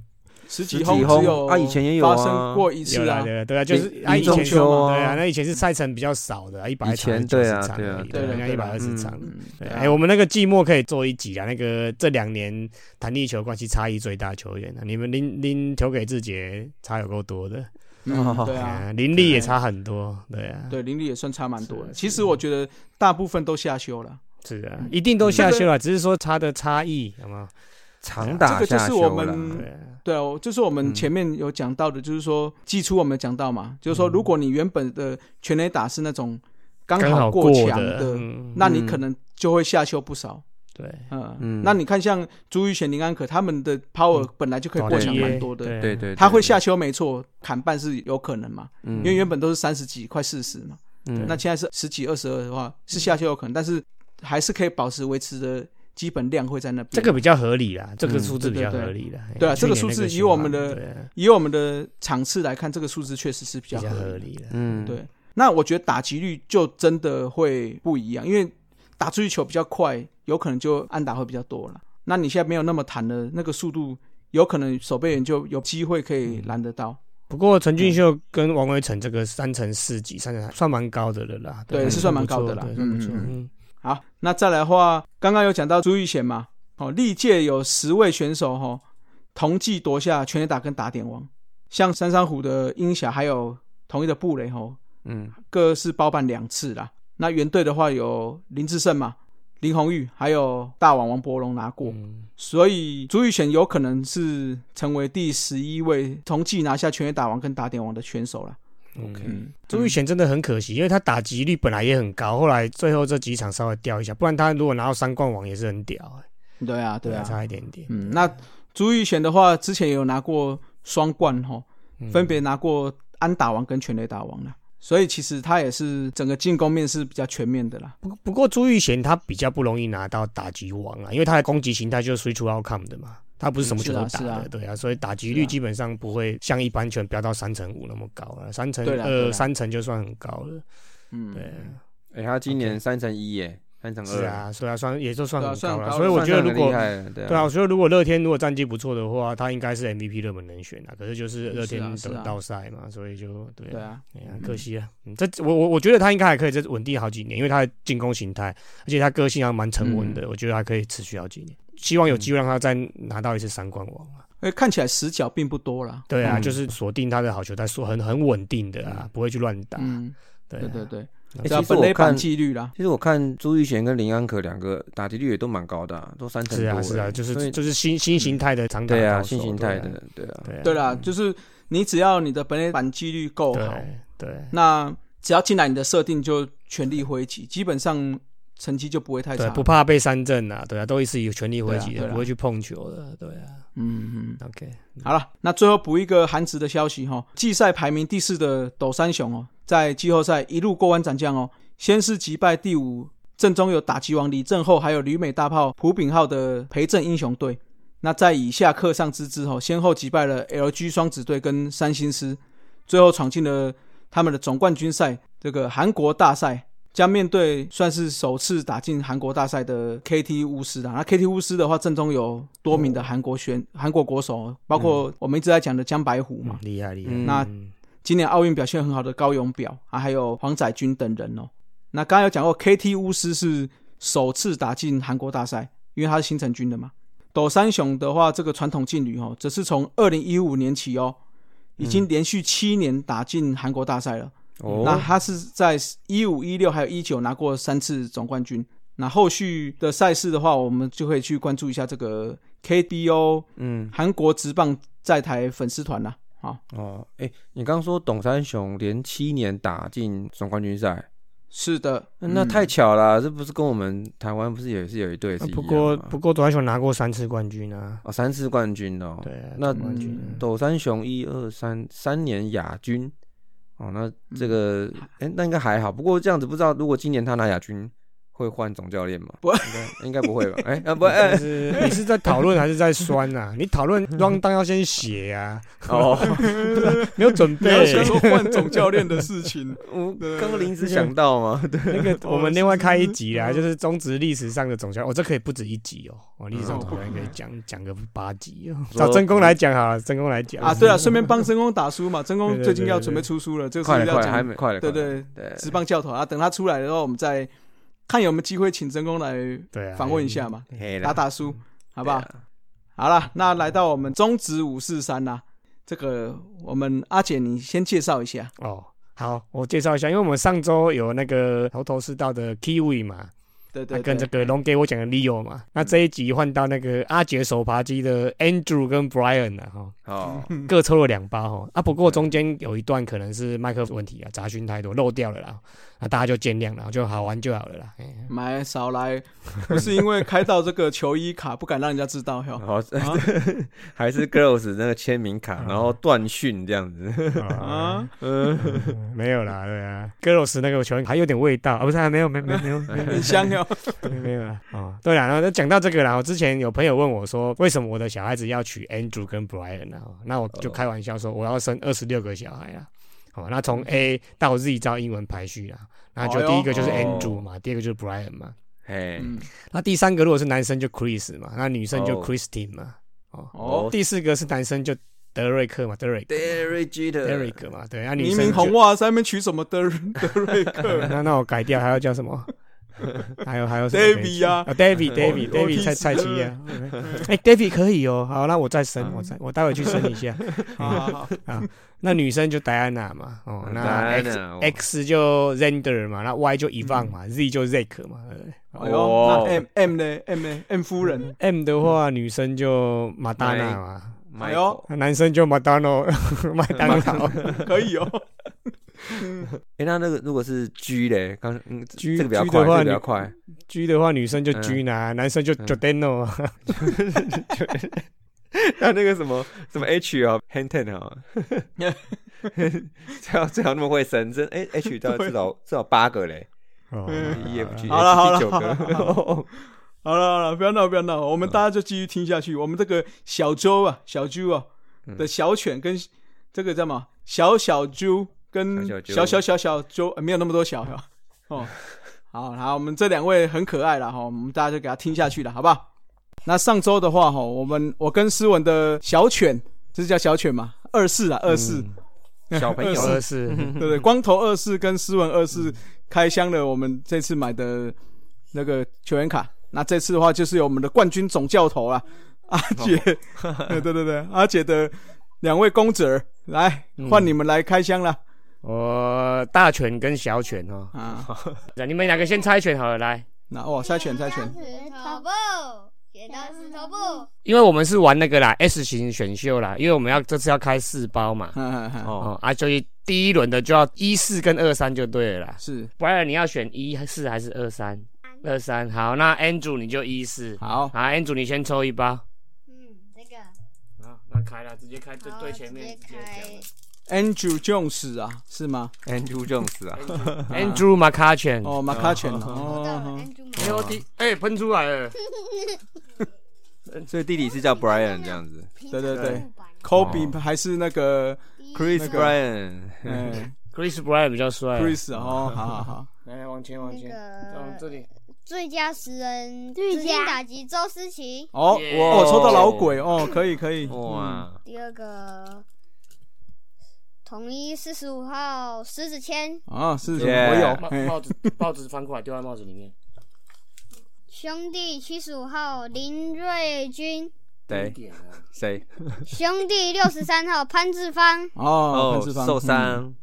[SPEAKER 1] 十
[SPEAKER 3] 几
[SPEAKER 1] 几轰
[SPEAKER 3] 轰
[SPEAKER 1] 只有
[SPEAKER 3] 啊以前也有
[SPEAKER 1] 发
[SPEAKER 3] 啊
[SPEAKER 1] 生过一次
[SPEAKER 2] 有啦
[SPEAKER 1] 啊，
[SPEAKER 2] 对啦对啊，就是
[SPEAKER 3] 林
[SPEAKER 2] 啊以
[SPEAKER 3] 林仲
[SPEAKER 2] 前
[SPEAKER 3] 秋啊
[SPEAKER 2] 对啊，那以前是赛程比较少的啊，一百
[SPEAKER 3] 以前
[SPEAKER 2] 场
[SPEAKER 3] 对啊
[SPEAKER 2] 90场
[SPEAKER 3] 对啊
[SPEAKER 2] 而
[SPEAKER 1] 哦
[SPEAKER 2] 已
[SPEAKER 1] 对啊
[SPEAKER 2] 对啊，
[SPEAKER 1] 对
[SPEAKER 2] 一
[SPEAKER 1] 啊
[SPEAKER 2] 百二十
[SPEAKER 3] 嗯
[SPEAKER 2] 场。
[SPEAKER 1] 嗯，
[SPEAKER 2] 对，
[SPEAKER 1] 啊
[SPEAKER 2] 哎，我们那个季末可以做一集啊，那个这两年弹力球关系差异最大的球员啊，你们拎拎球给志杰差有够多的，
[SPEAKER 1] 嗯对啊，
[SPEAKER 2] 哎林立也差很多，对啊，
[SPEAKER 1] 对林立也算差蛮多的。
[SPEAKER 2] 是
[SPEAKER 1] 其实我觉得大部分都下修了，
[SPEAKER 2] 是啊，一定都下修了，只是说差的差异，好吗？啊
[SPEAKER 3] 长
[SPEAKER 1] 这
[SPEAKER 3] 打
[SPEAKER 1] 个就
[SPEAKER 3] 下
[SPEAKER 1] 是我
[SPEAKER 3] 修了，
[SPEAKER 1] 们
[SPEAKER 2] 对啊，
[SPEAKER 1] 对啊，我就是我们
[SPEAKER 3] 嗯
[SPEAKER 1] 前面有讲到的，就是说季初我们有讲到
[SPEAKER 2] 嗯
[SPEAKER 1] 嘛，就是说如果你原本的全垒打是那种嗯刚
[SPEAKER 2] 刚好
[SPEAKER 1] 过强
[SPEAKER 2] 的，
[SPEAKER 1] 的，
[SPEAKER 2] 嗯
[SPEAKER 1] 那你可能就会下修不少。
[SPEAKER 2] 对，
[SPEAKER 1] 嗯
[SPEAKER 3] 嗯，
[SPEAKER 1] 那你看像朱玉贤、林安可他们的 power 本来就可以过强蛮多的，
[SPEAKER 2] 嗯对啊
[SPEAKER 3] 对对，
[SPEAKER 1] 他会
[SPEAKER 3] 对
[SPEAKER 1] 下，修没错，砍半是有可能嘛，
[SPEAKER 3] 嗯
[SPEAKER 1] 因为原本都是三十几快四十嘛，
[SPEAKER 3] 嗯
[SPEAKER 1] 那现在是十几二十二的话是下修有可能，但是还是可以保持维持的基本量会在那边。
[SPEAKER 2] 这个比较合理啦，这个
[SPEAKER 3] 嗯
[SPEAKER 2] 数字比
[SPEAKER 1] 对对
[SPEAKER 2] 较
[SPEAKER 1] 对
[SPEAKER 2] 合理啦。哎
[SPEAKER 1] 对啊
[SPEAKER 2] 去
[SPEAKER 1] 这个
[SPEAKER 2] 年
[SPEAKER 1] 数
[SPEAKER 2] 那
[SPEAKER 1] 字以
[SPEAKER 2] 循
[SPEAKER 1] 我
[SPEAKER 2] 环
[SPEAKER 1] 们的
[SPEAKER 2] 对啊
[SPEAKER 1] 以我们的场次来看，这个数字确实是比
[SPEAKER 2] 比
[SPEAKER 1] 较
[SPEAKER 2] 较合
[SPEAKER 1] 合理。
[SPEAKER 2] 理了。
[SPEAKER 3] 嗯，
[SPEAKER 1] 对，那我觉得打击率就真的会不一样，因为打出去球比较快，有可能就安打会比较多了。那你现在没有那么弹的那个速度，有可能守备员就有机会可
[SPEAKER 2] 嗯
[SPEAKER 1] 以拦得到。
[SPEAKER 2] 不过陈俊秀
[SPEAKER 1] 嗯
[SPEAKER 2] 跟王威成这个三乘四级，三乘算蛮高的了啦。
[SPEAKER 1] 对
[SPEAKER 2] 嗯
[SPEAKER 1] 是
[SPEAKER 2] 算
[SPEAKER 1] 算蛮
[SPEAKER 2] 不错
[SPEAKER 1] 高的啦
[SPEAKER 2] 对算不
[SPEAKER 1] 嗯
[SPEAKER 2] 错。
[SPEAKER 1] 嗯
[SPEAKER 2] 嗯，
[SPEAKER 1] 好，那再来的话，刚刚有讲到朱玉贤嘛，哦，历届有十位选手哈、哦，同季夺下全垒打跟打点王，像三山虎的鹰侠还有同一的布雷吼、哦，
[SPEAKER 3] 嗯
[SPEAKER 1] 各是包办两次啦。那原队的话有林志胜嘛，林红玉还有大王王伯龙拿过，
[SPEAKER 2] 嗯
[SPEAKER 1] 所以朱玉贤有可能是成为第十一位同季拿下全垒打王跟打点王的选手了。
[SPEAKER 3] OK
[SPEAKER 1] 嗯，
[SPEAKER 2] 朱玉贤真的很可惜，因为他打击率本来也很高，后来最后这几场稍微掉一下，不然他如果拿到三冠王也是很屌、欸，
[SPEAKER 1] 嗯对啊，对啊，
[SPEAKER 2] 差一点点。
[SPEAKER 1] 嗯，那朱玉贤的话，之前也有拿过双冠哈，
[SPEAKER 2] 嗯
[SPEAKER 1] 分别拿过安打王跟全垒打王了，所以其实他也是整个进攻面是比较全面的啦。
[SPEAKER 2] 不不过朱玉贤他比较不容易拿到打击王啊，因为他的攻击形态就是 three to outcome 的嘛，他不是什么球都打
[SPEAKER 1] 嗯是
[SPEAKER 2] 的，
[SPEAKER 1] 啊是啊
[SPEAKER 2] 对啊，所以打击
[SPEAKER 1] 是
[SPEAKER 2] 率
[SPEAKER 1] 啊
[SPEAKER 2] 基本上不会像一般球员飙到三成五那么高了，三成
[SPEAKER 1] 对啦对
[SPEAKER 2] 二、
[SPEAKER 1] 啦
[SPEAKER 2] 三成就算很高了，
[SPEAKER 1] 嗯，
[SPEAKER 2] 对啊，
[SPEAKER 3] 哎、他今年三乘一耶，三乘
[SPEAKER 2] 是
[SPEAKER 3] 二，
[SPEAKER 2] 啊，所以啊算也就算
[SPEAKER 1] 对啊
[SPEAKER 2] 很
[SPEAKER 1] 算
[SPEAKER 2] 高
[SPEAKER 1] 很
[SPEAKER 2] 了，
[SPEAKER 1] 高
[SPEAKER 2] 所以我
[SPEAKER 3] 算
[SPEAKER 2] 觉得
[SPEAKER 3] 上
[SPEAKER 2] 如
[SPEAKER 3] 很
[SPEAKER 2] 果
[SPEAKER 3] 厉害了对
[SPEAKER 2] 对啊，
[SPEAKER 3] 啊
[SPEAKER 2] 我，觉得如果乐天如果战绩不错的话，他应该是 MVP 热门人选啊。可是就是乐天
[SPEAKER 1] 是啊是
[SPEAKER 2] 得
[SPEAKER 1] 啊
[SPEAKER 2] 到赛嘛，所以就对
[SPEAKER 1] 对
[SPEAKER 2] 啊，
[SPEAKER 1] 啊，
[SPEAKER 2] 哎呀，可惜啊。嗯这我我我觉得他应该还可以再稳定好几年，因为他的进攻形态，而且他个性还蛮沉稳的，我觉得还可以持续好几年。希望有机会让他再拿到一次三冠王啊！
[SPEAKER 1] 因为看起来死角并不多啦。
[SPEAKER 2] 对啊，
[SPEAKER 3] 嗯
[SPEAKER 2] 就是锁定他的好球，在说很很稳定的啊，不会去乱打。
[SPEAKER 1] 嗯，
[SPEAKER 2] 对
[SPEAKER 1] 对
[SPEAKER 2] 啊
[SPEAKER 1] 对对，
[SPEAKER 3] 哎
[SPEAKER 1] 只要
[SPEAKER 3] 其实
[SPEAKER 1] 本
[SPEAKER 3] 我
[SPEAKER 1] 垒板
[SPEAKER 3] 看
[SPEAKER 1] 纪律啦。
[SPEAKER 3] 其实我看朱玉贤跟林安可两个打击率也都蛮高的啊、都三成
[SPEAKER 2] 是
[SPEAKER 3] 多
[SPEAKER 2] 啊
[SPEAKER 3] 耶。
[SPEAKER 2] 是啊，就
[SPEAKER 3] 所
[SPEAKER 2] 是
[SPEAKER 3] 以
[SPEAKER 2] 就是新新形态的长打
[SPEAKER 3] 对啊，
[SPEAKER 2] 高手
[SPEAKER 3] 新形
[SPEAKER 2] 对
[SPEAKER 3] 态
[SPEAKER 2] 啊
[SPEAKER 3] 的，对啊，
[SPEAKER 2] 对啊
[SPEAKER 1] 对啦，就是你只要你的本垒板纪律够好，
[SPEAKER 2] 对对。
[SPEAKER 1] 那只要进来你的设定就全力挥击，基本上成绩就不会太
[SPEAKER 2] 对，
[SPEAKER 1] 差。
[SPEAKER 2] 不怕被三振啊，对啊，都是有权力挥击
[SPEAKER 1] 对啊对
[SPEAKER 2] 的，
[SPEAKER 1] 啊
[SPEAKER 2] 不会去碰球的，对啊。
[SPEAKER 1] 嗯嗯。
[SPEAKER 2] OK，
[SPEAKER 1] 好了，那最后补一个韩职的消息哈、季赛排名第四的斗山雄哦，在季后赛一路过关斩将哦，先是击败第五正中有打击王李正厚，还有旅美大炮朴炳浩的陪阵英雄队。那在以下课上之之后，先后击败了 LG 双子队跟三星狮，最后闯进了他们的总冠军赛这个韩国大赛，将面对算是首次打进韩国大赛的 KT 巫师啦。那 KT 巫师的话，阵中有多名的韩国选韩国国手，包括我们一直在讲的江白虎嘛，
[SPEAKER 2] 嗯厉害厉害。
[SPEAKER 3] 嗯
[SPEAKER 1] 那
[SPEAKER 2] 嗯
[SPEAKER 1] 今年奥运表现很好的高永表啊，还有黄载军等人哦。那刚刚有讲过，KT 巫师是首次打进韩国大赛，因为他是新成军的嘛。斗三雄的话，这个传统劲旅哦，则是从二零一五年起哦，已经连续七年打进韩国大赛了。那
[SPEAKER 3] 哦，
[SPEAKER 1] 他是在一五、一六还有一九拿过三次总冠军。那后续的赛事的话，我们就可以去关注一下这个 KBO
[SPEAKER 3] 嗯，
[SPEAKER 1] 韩国职棒在台粉丝团啦。啊，
[SPEAKER 3] 哦，哎、你刚说董山雄连七年打进总冠军赛，
[SPEAKER 1] 是的，
[SPEAKER 3] 那
[SPEAKER 1] 嗯
[SPEAKER 3] 太巧了啊、这不是跟我们台湾不是也是有一队是
[SPEAKER 2] 啊
[SPEAKER 3] 一样
[SPEAKER 2] 不过
[SPEAKER 3] 吗
[SPEAKER 2] 不过，短球拿过三次冠军啊。
[SPEAKER 3] 哦，三次冠军哦，
[SPEAKER 2] 对啊，
[SPEAKER 3] 那
[SPEAKER 2] 总冠军啊。
[SPEAKER 1] 嗯
[SPEAKER 3] 斗山雄一二三三年亚军，哦，那
[SPEAKER 1] 嗯
[SPEAKER 3] 这个哎、那应该还好。不过这样子不知道，如果今年他拿亚军，会换总教练吗？
[SPEAKER 1] 不
[SPEAKER 3] 应该应该不会
[SPEAKER 1] <laughs>
[SPEAKER 3] 吧？哎、啊不，哎、
[SPEAKER 2] 但是 <laughs> 你是在讨论还是在酸啊？你讨论 r 当要先写
[SPEAKER 1] <laughs>
[SPEAKER 2] 啊，
[SPEAKER 3] 哦，
[SPEAKER 2] 没有准
[SPEAKER 1] 不要
[SPEAKER 2] 备
[SPEAKER 1] 想。说换总教练的事
[SPEAKER 3] <laughs>
[SPEAKER 1] 情，
[SPEAKER 3] <laughs> 我刚刚临时想
[SPEAKER 1] <laughs>
[SPEAKER 3] 到嘛，对，
[SPEAKER 2] 那个我们另外开一集
[SPEAKER 1] 嗯
[SPEAKER 2] 啦，就是中职历史上的总教，哦，这可以不止一集哦，哦，历史上总教练可以讲讲个八集哦。找真公来讲好了，真公来讲
[SPEAKER 1] 啊，对了，顺便帮真公打书嘛，真
[SPEAKER 2] 对
[SPEAKER 1] 公
[SPEAKER 2] 对
[SPEAKER 1] 最近要
[SPEAKER 2] 对
[SPEAKER 1] 准备出书了，这个
[SPEAKER 3] 快
[SPEAKER 1] 是要
[SPEAKER 3] 了快了，还
[SPEAKER 1] 讲
[SPEAKER 3] 没快了，
[SPEAKER 1] 对
[SPEAKER 3] 快了
[SPEAKER 1] 对
[SPEAKER 3] 对，
[SPEAKER 1] 职棒教头啊，等他出来的话，我们再看有没有机会请真公来
[SPEAKER 2] <laughs> 对啊，
[SPEAKER 1] 访问一下嘛，
[SPEAKER 3] 黑啦
[SPEAKER 1] 打打书，好不好
[SPEAKER 3] 啊对？啊
[SPEAKER 1] 好啦，那来到我们中职五四三啦，这个我们阿姐你先介绍一下，
[SPEAKER 2] 哦，好，我介绍一下，因为我们上周有那个头头是道的 Kiwi 嘛，
[SPEAKER 1] 对
[SPEAKER 2] 那
[SPEAKER 3] 啊
[SPEAKER 1] 对
[SPEAKER 2] 跟这
[SPEAKER 1] 对，嗯
[SPEAKER 2] 个龙给我讲的 Leo 嘛，那这一集换到那个阿杰手扒鸡的 Andrew 跟 Brian 了、哈，
[SPEAKER 3] 哦，
[SPEAKER 1] 嗯
[SPEAKER 2] 各抽了两包哈。啊，不过中间有一段可能是麦克风问题啊，杂讯太多漏掉了啦， <laughs> 那大家就见谅了，就好玩就好了啦。哎
[SPEAKER 1] 买少来，不是因为开到这个球衣卡不敢让人家知
[SPEAKER 3] <laughs>
[SPEAKER 1] 道哟 <laughs>
[SPEAKER 3] 然，后还是 Girls 那个签名卡，然后断讯这样子，
[SPEAKER 1] <laughs> 啊，
[SPEAKER 2] 嗯 <laughs> 没有啦，对啊，格罗斯那个球员还有点味道啊，不是、啊，没有，没有没有没有没有。
[SPEAKER 1] 很香
[SPEAKER 3] <laughs>
[SPEAKER 1] 哟，
[SPEAKER 2] 没有啊，哦，对啦，然后讲到这个啦，我之前有朋友问我说，为什么我的小孩子要娶 Andrew 跟 Brian 啊？那我就开玩笑说，我要生二十六个小孩啊。好、那从 A 到 Z 照英文排序啊，那就第一个就是
[SPEAKER 3] 哎呦
[SPEAKER 2] Andrew 嘛，第二个就是 Brian 嘛，
[SPEAKER 3] 嘿，
[SPEAKER 1] 嗯，
[SPEAKER 2] 那第三个如果是男生就 Chris 嘛，那女生就
[SPEAKER 3] 哦
[SPEAKER 2] Christine 嘛，哦，
[SPEAKER 1] 哦，
[SPEAKER 2] 第四个是男生就德瑞克嘛，Derek
[SPEAKER 3] Derek Jeter，
[SPEAKER 2] Derek 嘛，对，那女 <laughs>
[SPEAKER 1] 明
[SPEAKER 2] 生
[SPEAKER 1] 明
[SPEAKER 2] 就
[SPEAKER 1] 红袜在那边取什么德德瑞克，
[SPEAKER 2] 那那我改掉，还要叫什么？ <laughs> 还有还
[SPEAKER 3] <laughs>
[SPEAKER 2] 有
[SPEAKER 1] David 啊我我踢
[SPEAKER 2] David，David，David
[SPEAKER 1] 死
[SPEAKER 2] 蔡蔡奇啊，哎，David 可以哦，好，那我再升，我再我待会去升一下。
[SPEAKER 1] <laughs>
[SPEAKER 2] 哦
[SPEAKER 1] 好好好，
[SPEAKER 2] 那女生就 Diana 嘛，哦，那 X
[SPEAKER 3] 啊 Diana，哦
[SPEAKER 2] X 就 Render 嘛，那 Y 就 Evan 嘛，Z 就 Zack 嘛，对不对
[SPEAKER 1] 哎呦，那
[SPEAKER 3] 哦
[SPEAKER 1] M M 呢？M 呢？M 夫
[SPEAKER 3] <laughs>
[SPEAKER 1] 人，
[SPEAKER 2] M 的话，女生就 Madonna 嘛，
[SPEAKER 1] 哎呦
[SPEAKER 3] Michael
[SPEAKER 2] 那男生就 Madonna <laughs> 麦当劳。
[SPEAKER 1] 可以哦。
[SPEAKER 3] 哎，那那个如果是 G 嘞，刚嗯，
[SPEAKER 2] G-
[SPEAKER 3] 这个比较
[SPEAKER 2] G 的
[SPEAKER 3] 快，这
[SPEAKER 2] 话
[SPEAKER 3] 个比
[SPEAKER 2] 你
[SPEAKER 3] 较
[SPEAKER 1] <laughs>
[SPEAKER 3] 快，
[SPEAKER 2] G 的话，女生就
[SPEAKER 3] 嗯
[SPEAKER 2] G 呢，男生就
[SPEAKER 3] 嗯
[SPEAKER 2] Jordano 啊。
[SPEAKER 3] 那那个什么什么 H 啊，Hand
[SPEAKER 1] <laughs>
[SPEAKER 3] Ten 啊，最好最好那么会生，真哎 H 到至少至少八个嘞
[SPEAKER 2] 哦
[SPEAKER 1] 嗯
[SPEAKER 3] ，E F G
[SPEAKER 1] <laughs> 好了好了
[SPEAKER 3] 九个，
[SPEAKER 1] <laughs> 好了好了，不要闹不要闹，我们大家就继续听下去。我们这个小周啊，小猪啊
[SPEAKER 3] 嗯
[SPEAKER 1] 的小犬跟这个叫什么小小猪跟
[SPEAKER 3] 小小猪
[SPEAKER 1] 小小小小猪，呃没有那么多小哈哦。好，好，我们这两位很可爱了哈，我们大家就给他听下去了，好不好？那上周的话哈，我们我跟思文的小犬，这是叫小犬嘛？二世啊，二
[SPEAKER 3] 嗯
[SPEAKER 1] 世，
[SPEAKER 3] 小朋友嗯
[SPEAKER 1] 二
[SPEAKER 2] 哎
[SPEAKER 3] <laughs>
[SPEAKER 2] 二
[SPEAKER 1] 世
[SPEAKER 2] 是
[SPEAKER 1] 对不对？光头二世跟斯文二世开箱了我们这次买的那个球员卡。那这次的话，就是有我们的冠军总教头啊，阿
[SPEAKER 3] 哦 <laughs>
[SPEAKER 1] 姐，对对对对，阿姐的两位公子儿来换你们来开箱了、
[SPEAKER 2] 我哦大犬跟小犬哦，
[SPEAKER 1] 啊！
[SPEAKER 2] 你们两个先猜拳好了，来，
[SPEAKER 1] 那哦哇，猜拳猜
[SPEAKER 3] <laughs>
[SPEAKER 1] 拳，
[SPEAKER 4] 石头布，剪刀石头布，
[SPEAKER 2] 因为我们是玩那个啦 S 型选秀啦，因为我们要这次要开四包嘛，
[SPEAKER 1] 嗯嗯嗯，
[SPEAKER 3] <laughs> 哦，
[SPEAKER 2] 哦啊，所以第一轮的就要一四跟二三就对了啦。
[SPEAKER 1] 是
[SPEAKER 2] 不然你要选一四还是二三？二三好，那 Andrew 你就一四。
[SPEAKER 1] 好
[SPEAKER 2] 好，Andrew 你先抽一包。
[SPEAKER 4] 嗯，这个
[SPEAKER 2] 好，那开了，直接开
[SPEAKER 4] 好直接开，
[SPEAKER 1] Andrew Jones 啊，是吗？
[SPEAKER 3] Andrew Jones 啊，
[SPEAKER 2] Andrew m c c a t h e n
[SPEAKER 3] 嗯
[SPEAKER 1] 哦，马卡犬
[SPEAKER 3] <laughs>
[SPEAKER 1] 啊
[SPEAKER 4] 到了
[SPEAKER 1] 哦，
[SPEAKER 4] 安珠
[SPEAKER 2] 哎呦我滴，哎喷出来了，
[SPEAKER 1] 嗯
[SPEAKER 3] <laughs> 所以弟弟是叫 Brian 这样子
[SPEAKER 1] 对对对
[SPEAKER 4] 平常木板
[SPEAKER 1] ，Kobe
[SPEAKER 3] 哦
[SPEAKER 1] 还是那个
[SPEAKER 4] 第一
[SPEAKER 3] ，Chris
[SPEAKER 1] 个
[SPEAKER 3] Brian， <laughs>
[SPEAKER 1] 哎
[SPEAKER 2] Chris Bryant 比较帅。
[SPEAKER 1] Chris 哦，好好好，
[SPEAKER 2] 来往前往
[SPEAKER 4] 那
[SPEAKER 2] 往
[SPEAKER 4] 个
[SPEAKER 2] 里。
[SPEAKER 4] 最佳十人最佳打击周思琪，
[SPEAKER 1] 哦，
[SPEAKER 2] Yeah
[SPEAKER 1] 哦，抽到老鬼哦，可以可以，嗯
[SPEAKER 3] 哇，
[SPEAKER 4] 第二个统一四十五号狮子签，
[SPEAKER 1] 啊，是什么？
[SPEAKER 3] Yeah
[SPEAKER 1] 我有
[SPEAKER 2] 帽
[SPEAKER 1] 嘿，
[SPEAKER 2] 帽子帽子翻过来丢在帽子里面。
[SPEAKER 4] 兄弟七十五号林瑞君，
[SPEAKER 3] 谁
[SPEAKER 2] 点啊！
[SPEAKER 3] 谁
[SPEAKER 4] 兄弟六十三号潘志芳，
[SPEAKER 1] 哦，潘志芳
[SPEAKER 3] 受，伤，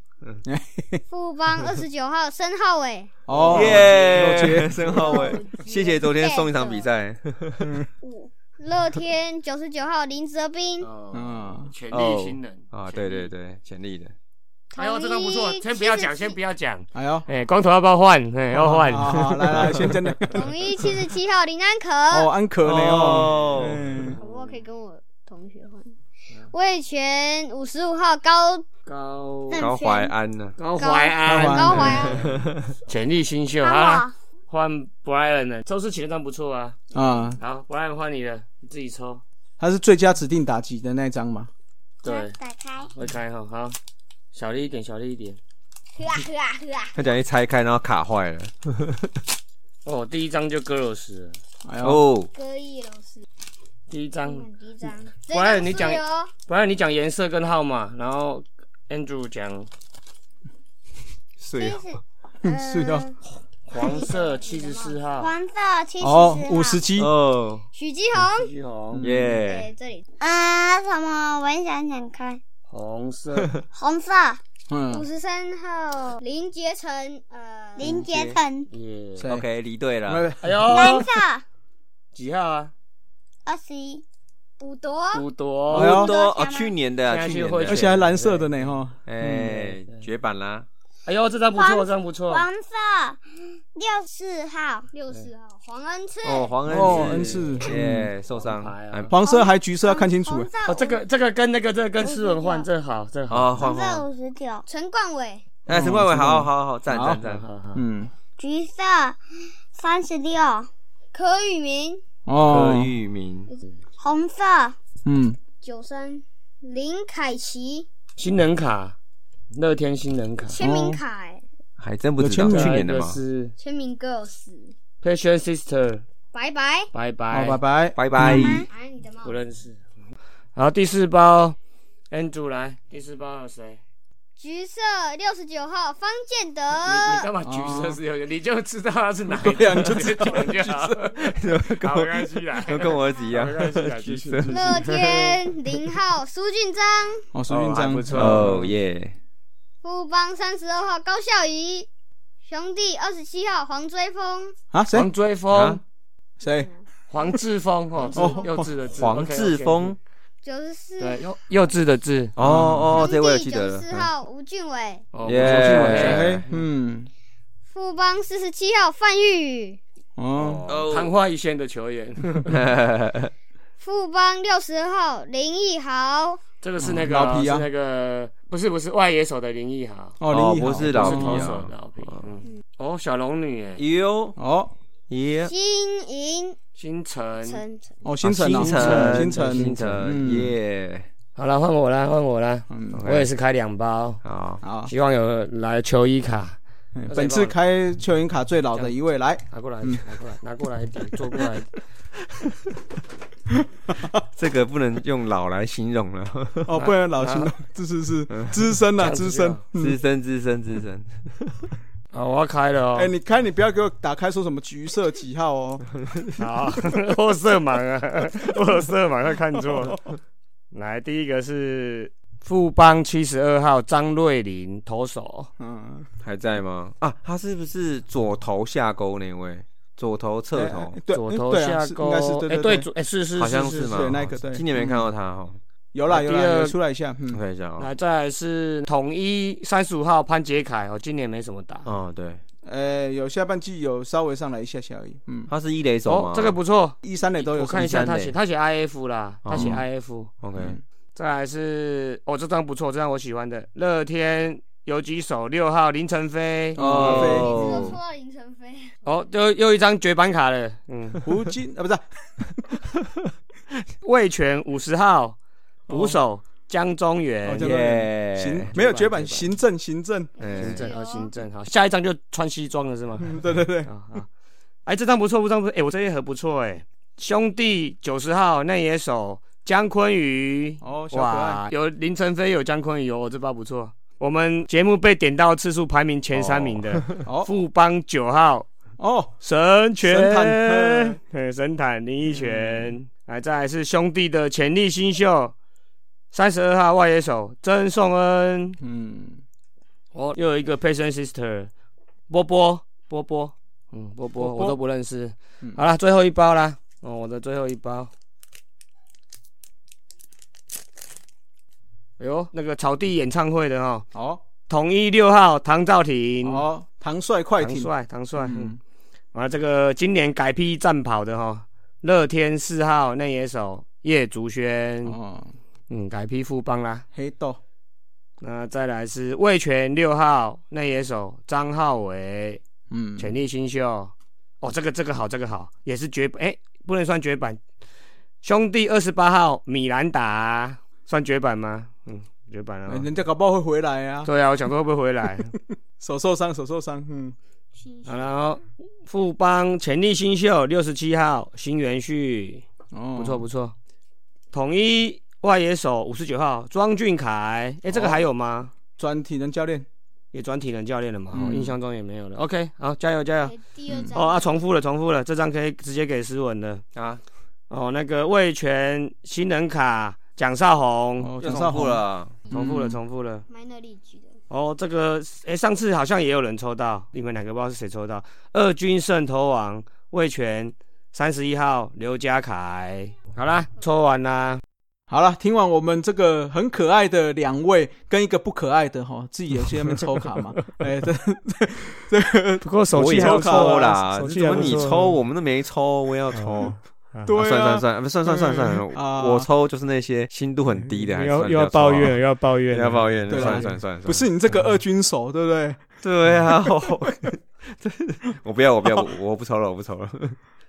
[SPEAKER 4] 富邦二十九号申浩伟，
[SPEAKER 1] 嗯哦，
[SPEAKER 3] 耶，申浩伟，谢谢昨天送一场比赛，
[SPEAKER 4] 乐天九十九号林哲斌，
[SPEAKER 1] 嗯，
[SPEAKER 2] 潜
[SPEAKER 3] 哦
[SPEAKER 2] 力新人
[SPEAKER 3] 啊，对对。对，潜力的，
[SPEAKER 2] 哎呦，这个不错，先不要讲，先不要讲。
[SPEAKER 1] 哎呦，
[SPEAKER 2] 哎，光头要不要换？哎，要换。
[SPEAKER 1] 哦好好，好来来，先真的，
[SPEAKER 4] 统一七十七号林安可，
[SPEAKER 1] 哦，安可呢哦，
[SPEAKER 3] 哦，
[SPEAKER 1] 嗯，
[SPEAKER 4] 我可以跟我同学换。魏权五十五号高
[SPEAKER 2] 高
[SPEAKER 4] 那
[SPEAKER 3] 高怀安呢？
[SPEAKER 2] 高
[SPEAKER 4] 怀
[SPEAKER 1] 安高
[SPEAKER 4] 高怀安，
[SPEAKER 2] 潜力新秀啊，
[SPEAKER 4] 哇，
[SPEAKER 2] 换 Brian 了。周思琪那张不错啊，
[SPEAKER 1] 啊，
[SPEAKER 2] 好，Brian 换你了，你自己抽。
[SPEAKER 1] 他是最佳指定打击的那一张嘛，
[SPEAKER 2] 对，
[SPEAKER 4] 打开，
[SPEAKER 2] 会开哈，好，小力一点，小力一点。
[SPEAKER 4] 呵啊呵啊呵啊，
[SPEAKER 3] 他讲一拆开，然后卡坏了，
[SPEAKER 2] 哦，第一张就 Girls，了
[SPEAKER 1] 哎呦，
[SPEAKER 3] 哦，
[SPEAKER 4] 歌艺老师，
[SPEAKER 2] 第一张
[SPEAKER 4] 嗯，第一张，
[SPEAKER 2] Brian，你讲啊
[SPEAKER 4] 这张是由
[SPEAKER 2] Brian 你讲颜色跟号码，然后 Andrew 讲
[SPEAKER 3] 碎
[SPEAKER 4] 七十
[SPEAKER 1] 嗯是哦，
[SPEAKER 2] 黄色
[SPEAKER 4] <laughs>
[SPEAKER 2] 七十四号，
[SPEAKER 4] 呃黄色七十
[SPEAKER 1] 哦，五十七，
[SPEAKER 3] 哦，
[SPEAKER 4] 许继红，
[SPEAKER 2] 继续
[SPEAKER 1] 嗯
[SPEAKER 2] 红
[SPEAKER 4] 对，
[SPEAKER 3] 耶，
[SPEAKER 4] 哎这里，啊，什么？我也想想看，
[SPEAKER 1] <laughs>
[SPEAKER 2] 红色
[SPEAKER 4] 红色五
[SPEAKER 1] 嗯，
[SPEAKER 4] 十三号林杰成，呃，林
[SPEAKER 3] 杰
[SPEAKER 4] 成，
[SPEAKER 2] 耶。
[SPEAKER 1] 谁
[SPEAKER 3] OK，离啊队了，
[SPEAKER 1] 喂
[SPEAKER 2] 哎
[SPEAKER 4] 蓝
[SPEAKER 2] 呦，
[SPEAKER 4] 色
[SPEAKER 2] 几号啊？
[SPEAKER 4] 二十一，五夺，
[SPEAKER 2] 五
[SPEAKER 1] 哎
[SPEAKER 2] 朵
[SPEAKER 1] 呦
[SPEAKER 3] 好多哦，去年的啊，
[SPEAKER 2] 现在
[SPEAKER 3] 去
[SPEAKER 2] 去
[SPEAKER 3] 年
[SPEAKER 2] 会
[SPEAKER 1] 而
[SPEAKER 3] 的，
[SPEAKER 1] 且还蓝色的呢哈，
[SPEAKER 3] 哎，绝版啦，
[SPEAKER 2] 哎呦，这张不错，这张不错。
[SPEAKER 4] 黄色六四号，六四号黄恩赐，
[SPEAKER 3] 哦，黄
[SPEAKER 1] 哦
[SPEAKER 3] 恩
[SPEAKER 1] 恩赐嗯
[SPEAKER 3] 耶，受伤，
[SPEAKER 2] 黄牌啊
[SPEAKER 3] 哎
[SPEAKER 1] 黄色还橘色要看清楚
[SPEAKER 4] 黄，色
[SPEAKER 2] 哦，这
[SPEAKER 4] <laughs>
[SPEAKER 2] 个这个跟那个这个跟诗文换，这好，这好。
[SPEAKER 3] 哦，黄黄，
[SPEAKER 4] 五十九，陈冠伟，
[SPEAKER 3] 哎，陈冠伟，好好好，赞
[SPEAKER 1] 好
[SPEAKER 3] 赞赞，
[SPEAKER 2] 好好
[SPEAKER 1] 嗯，
[SPEAKER 4] 橘色三十六，柯宇明，
[SPEAKER 1] 哦
[SPEAKER 3] 柯，玉明，
[SPEAKER 4] 红色
[SPEAKER 1] 嗯，
[SPEAKER 4] 九三，林凯奇
[SPEAKER 2] 新人卡，乐天新人卡，
[SPEAKER 4] 签名卡、欸，
[SPEAKER 3] 还真不知
[SPEAKER 1] 有
[SPEAKER 3] 道
[SPEAKER 1] 签名
[SPEAKER 3] 去年的
[SPEAKER 5] 啊
[SPEAKER 2] 再来就
[SPEAKER 3] 嘛，
[SPEAKER 2] 啊
[SPEAKER 3] <laughs>
[SPEAKER 2] 是
[SPEAKER 4] 签名 girls，
[SPEAKER 2] Patient Sister，
[SPEAKER 4] 拜拜，
[SPEAKER 2] 拜
[SPEAKER 1] 好，拜，
[SPEAKER 2] 拜
[SPEAKER 1] 拜，嗯
[SPEAKER 3] 哦拜拜，
[SPEAKER 4] 啊，你的帽
[SPEAKER 2] 不
[SPEAKER 4] 子，
[SPEAKER 2] 认识。好，第四包，Andrew 来，第四包有谁？
[SPEAKER 4] 橘色六十九号方建德。
[SPEAKER 5] 你你干嘛橘色是有点，你就知道他是哪一
[SPEAKER 3] 哦对啊
[SPEAKER 5] 辆，
[SPEAKER 3] 你就知
[SPEAKER 5] 道橘色，
[SPEAKER 3] 跟
[SPEAKER 5] 好没
[SPEAKER 3] 我 <laughs>
[SPEAKER 5] 关系啦，
[SPEAKER 3] 跟我儿子一样
[SPEAKER 5] 没关系啦，，继
[SPEAKER 3] 橘
[SPEAKER 5] 续
[SPEAKER 3] 色
[SPEAKER 5] 继续
[SPEAKER 4] 乐
[SPEAKER 2] <laughs>
[SPEAKER 4] 天零号苏俊章，
[SPEAKER 1] 哦，苏
[SPEAKER 5] 哦
[SPEAKER 1] 运
[SPEAKER 5] 还
[SPEAKER 1] 章
[SPEAKER 5] 不，错
[SPEAKER 3] 哦耶，
[SPEAKER 4] 富邦三十二号高孝仪，兄弟二十七号黄追风，
[SPEAKER 1] 啊，谁
[SPEAKER 5] 黄追
[SPEAKER 3] 啊
[SPEAKER 5] 风、
[SPEAKER 1] 谁？
[SPEAKER 5] 黄志峰哦，志
[SPEAKER 1] 哦
[SPEAKER 5] 幼稚的志，
[SPEAKER 3] 黄志
[SPEAKER 2] 嗯
[SPEAKER 3] 峰
[SPEAKER 5] OK，OK，OK，
[SPEAKER 4] 九十四
[SPEAKER 5] 对，幼幼稚的志，
[SPEAKER 3] 哦哦，这
[SPEAKER 4] 兄
[SPEAKER 3] 我有
[SPEAKER 4] 弟
[SPEAKER 3] 记
[SPEAKER 4] 九
[SPEAKER 3] 得
[SPEAKER 4] 十
[SPEAKER 3] 了
[SPEAKER 4] 四
[SPEAKER 3] 嗯，
[SPEAKER 4] 号吴俊伟，
[SPEAKER 5] 哦，
[SPEAKER 3] 耶
[SPEAKER 5] 我说
[SPEAKER 3] 对
[SPEAKER 1] 哎
[SPEAKER 5] 去，
[SPEAKER 1] 嗯，
[SPEAKER 4] 富邦四十七号范玉宇，
[SPEAKER 1] 哦，
[SPEAKER 3] <laughs>
[SPEAKER 5] 我昙花一现的球员，
[SPEAKER 4] 富邦六十号林奕豪，
[SPEAKER 5] 这个是那
[SPEAKER 1] 老
[SPEAKER 5] 个
[SPEAKER 1] 皮
[SPEAKER 5] 是
[SPEAKER 1] 啊
[SPEAKER 5] 那个不是不是外野手的林奕豪，
[SPEAKER 1] 哦，
[SPEAKER 3] 哦
[SPEAKER 1] 林奕
[SPEAKER 3] 不
[SPEAKER 1] 豪
[SPEAKER 3] 是
[SPEAKER 5] 不
[SPEAKER 3] 老
[SPEAKER 5] 是
[SPEAKER 3] 皮
[SPEAKER 5] 投
[SPEAKER 3] 啊
[SPEAKER 5] 手老皮，嗯，哦，小龙女耶，
[SPEAKER 3] 哟
[SPEAKER 1] 哦
[SPEAKER 3] 耶，
[SPEAKER 4] 金银
[SPEAKER 5] 星
[SPEAKER 3] 哎
[SPEAKER 5] 辰，
[SPEAKER 4] 陈陈
[SPEAKER 1] 哦，新城啊，嗯
[SPEAKER 3] 星辰，
[SPEAKER 1] 新城，
[SPEAKER 3] 星辰，
[SPEAKER 1] 嗯，
[SPEAKER 3] 耶，
[SPEAKER 2] 好了，换我啦，换我啦，
[SPEAKER 1] 嗯，
[SPEAKER 2] 我也是开两包，
[SPEAKER 3] 好，
[SPEAKER 1] 好，
[SPEAKER 2] 希望有来球衣卡，
[SPEAKER 1] 哎本次开球员卡最老的一位来，
[SPEAKER 2] 拿过来，
[SPEAKER 1] 嗯
[SPEAKER 2] 拿过来，拿过来一点，坐过来一点。
[SPEAKER 3] 这个不能用老来形容了，
[SPEAKER 1] <laughs> 哦，不然老新了， <laughs> 这是是资深了，
[SPEAKER 2] 这样子
[SPEAKER 1] 资深
[SPEAKER 2] 就，
[SPEAKER 1] 嗯
[SPEAKER 3] 资深资深资深，
[SPEAKER 2] 啊，我要开
[SPEAKER 1] <laughs>
[SPEAKER 2] 了
[SPEAKER 1] 哎，
[SPEAKER 2] 哦！
[SPEAKER 1] 你看，你不要给我打开说什么橘色几号哦。
[SPEAKER 2] 好，我有色盲啊， <laughs> 我有色盲，快看错。来，第一个是富邦七十二号张瑞麟投手，
[SPEAKER 1] 嗯，
[SPEAKER 3] 还在吗？啊，他是不是左头下勾那位？左头侧
[SPEAKER 1] 哎
[SPEAKER 3] 头
[SPEAKER 1] 哎，对，
[SPEAKER 2] 左
[SPEAKER 1] 哎
[SPEAKER 2] 投
[SPEAKER 1] 对啊
[SPEAKER 2] 下
[SPEAKER 1] 是
[SPEAKER 2] 勾，
[SPEAKER 1] 应该是对
[SPEAKER 2] 哎，
[SPEAKER 1] 对
[SPEAKER 2] 对，，左哎是是
[SPEAKER 3] 好像
[SPEAKER 2] 是
[SPEAKER 3] 嘛哦
[SPEAKER 1] 是那个对
[SPEAKER 3] 今年没看到他哦，
[SPEAKER 1] 有啦有
[SPEAKER 2] 第
[SPEAKER 1] 啦，
[SPEAKER 2] 二
[SPEAKER 1] 有出来一下，
[SPEAKER 3] 我
[SPEAKER 1] 嗯，
[SPEAKER 3] 看一下哦，
[SPEAKER 2] 来，再来是统一三十五号潘杰凯哦，今年没什么打
[SPEAKER 3] 哦对，
[SPEAKER 1] 呃，有下半季有稍微上来一下下而已，嗯，
[SPEAKER 3] 他是一垒手
[SPEAKER 2] 哦
[SPEAKER 3] 吗？，
[SPEAKER 2] 这个不错，
[SPEAKER 1] 一三垒都有
[SPEAKER 2] 我
[SPEAKER 1] 上，
[SPEAKER 2] 看一下
[SPEAKER 3] 三
[SPEAKER 2] 他
[SPEAKER 3] 垒
[SPEAKER 2] 写他写 I F 啦，他写
[SPEAKER 3] 哦
[SPEAKER 2] I F，
[SPEAKER 3] OK，
[SPEAKER 1] 嗯
[SPEAKER 2] 再来是哦这张不错，这张我喜欢的乐天游击手六号林晨飞
[SPEAKER 1] 哦飞
[SPEAKER 4] 一直都说
[SPEAKER 3] 哦，
[SPEAKER 4] 到林晨飞，
[SPEAKER 2] 哦，又又一张绝版卡了。
[SPEAKER 1] <laughs>
[SPEAKER 2] 嗯，
[SPEAKER 1] 胡金
[SPEAKER 2] <laughs>
[SPEAKER 1] 啊，不是
[SPEAKER 2] 魏权五十号捕手江中
[SPEAKER 1] 哦
[SPEAKER 2] 原
[SPEAKER 1] 江，
[SPEAKER 3] 耶，
[SPEAKER 1] 行，没有绝版，
[SPEAKER 2] 哎绝版
[SPEAKER 1] 行政行政，
[SPEAKER 3] 哎
[SPEAKER 2] 行政
[SPEAKER 4] 哎
[SPEAKER 2] 好行政好，下一张就穿西装了是吗？
[SPEAKER 1] 嗯，对对对，
[SPEAKER 2] 啊啊，哎，这张不错，这张不错，哎，我这一盒不错哎，兄弟九十号内野手江坤宇，
[SPEAKER 1] 哦，小可爱，
[SPEAKER 2] 哇，有林晨飞，有江坤宇，有我这包不错。我们节目被点到次数排名前三名的
[SPEAKER 1] 哦
[SPEAKER 2] 富邦九号
[SPEAKER 1] 哦，
[SPEAKER 2] 神拳，
[SPEAKER 1] 神探嗯
[SPEAKER 2] 嘿神坦林一拳，来再来是兄弟的潜力新秀，三十二号外野手曾颂恩，
[SPEAKER 1] 嗯，
[SPEAKER 2] 哦，又有一个 Patient Sister 波波波波，嗯，波波
[SPEAKER 1] 波波
[SPEAKER 2] 我都不认识
[SPEAKER 1] 嗯。
[SPEAKER 2] 好啦，最后一包啦，哦，我的最后一包。哎呦，那个草地演唱会的哦，
[SPEAKER 1] 哦
[SPEAKER 2] 统一六号唐兆廷，
[SPEAKER 1] 哦，唐帅快
[SPEAKER 2] 唐
[SPEAKER 1] 艇，
[SPEAKER 2] 帅，唐帅，嗯
[SPEAKER 1] 嗯，，
[SPEAKER 2] 啊，这个今年改批战跑的哈、哦乐天四号内野手叶竹轩，
[SPEAKER 1] 哦，
[SPEAKER 2] 嗯，改批富邦啦。
[SPEAKER 1] 黑豆，
[SPEAKER 2] 那再来是魏权六号内野手张浩伟，
[SPEAKER 1] 嗯，
[SPEAKER 2] 潜力新秀。哦，这个这个好，这个好，也是绝哎、不能算绝版。兄弟二十八号米兰达算绝版吗？嗯，绝版了、
[SPEAKER 1] 哎
[SPEAKER 2] 哦。
[SPEAKER 1] 人家搞不好会回来啊，
[SPEAKER 2] 对啊，我想说会不会回来？
[SPEAKER 1] 手受伤手受伤，嗯，
[SPEAKER 2] 好然后富邦潜力新秀六十七号新元旭，
[SPEAKER 1] 哦，
[SPEAKER 2] 不错不错。统一外野手五十九号庄俊凯，哎、这个
[SPEAKER 1] 哦
[SPEAKER 2] 还有吗？
[SPEAKER 1] 转体能教练，
[SPEAKER 2] 也转体能教练了嘛？我
[SPEAKER 1] 嗯
[SPEAKER 2] 印象中也没有了。OK，好，加油加油。
[SPEAKER 4] 哎第二张
[SPEAKER 2] 哦啊，重复了重复了，这张可以直接给斯文了。
[SPEAKER 3] 啊，
[SPEAKER 2] 哦，那个魏权新人卡蒋少红，
[SPEAKER 1] 哦，
[SPEAKER 3] 又
[SPEAKER 1] 蒋
[SPEAKER 3] 重
[SPEAKER 1] 少
[SPEAKER 3] 复
[SPEAKER 1] 红，
[SPEAKER 3] 了，
[SPEAKER 2] 重复了
[SPEAKER 1] 嗯
[SPEAKER 2] 重复了。
[SPEAKER 4] minor league 的
[SPEAKER 2] 哦，这个哎、上次好像也有人抽到，你们两个不知道是谁抽到。二军胜投王魏权三十一号刘家凯，好啦，抽完啦。
[SPEAKER 1] 好了，听完我们这个很可爱的两位跟一个不可爱的哈，自己有些那边抽卡嘛，哎，这
[SPEAKER 2] 不过手
[SPEAKER 3] 我也
[SPEAKER 2] 气还
[SPEAKER 3] 要
[SPEAKER 2] 不错
[SPEAKER 3] 抽
[SPEAKER 2] 啊
[SPEAKER 3] 啦，
[SPEAKER 2] 手
[SPEAKER 3] 怎
[SPEAKER 2] 气还
[SPEAKER 3] 么
[SPEAKER 2] 不
[SPEAKER 3] 你
[SPEAKER 2] 错
[SPEAKER 3] 抽，我们都没抽，我也要抽，
[SPEAKER 1] 对
[SPEAKER 3] 算
[SPEAKER 1] 啊
[SPEAKER 3] 算，算，啊不算算算算，
[SPEAKER 1] 啊
[SPEAKER 3] 我抽就是那些心度很低的，还
[SPEAKER 6] 又
[SPEAKER 3] 是算了
[SPEAKER 6] 要又要抱怨了，，又要抱
[SPEAKER 3] 不
[SPEAKER 6] 怨了，
[SPEAKER 3] 啊 <laughs> 要抱怨，
[SPEAKER 1] 对啊
[SPEAKER 3] 算算算，
[SPEAKER 1] 不
[SPEAKER 3] 算
[SPEAKER 1] 是你这个二军手，对不对？
[SPEAKER 3] 对啊，我 <laughs> 我不要，我不要，我我不抽了，我不抽了。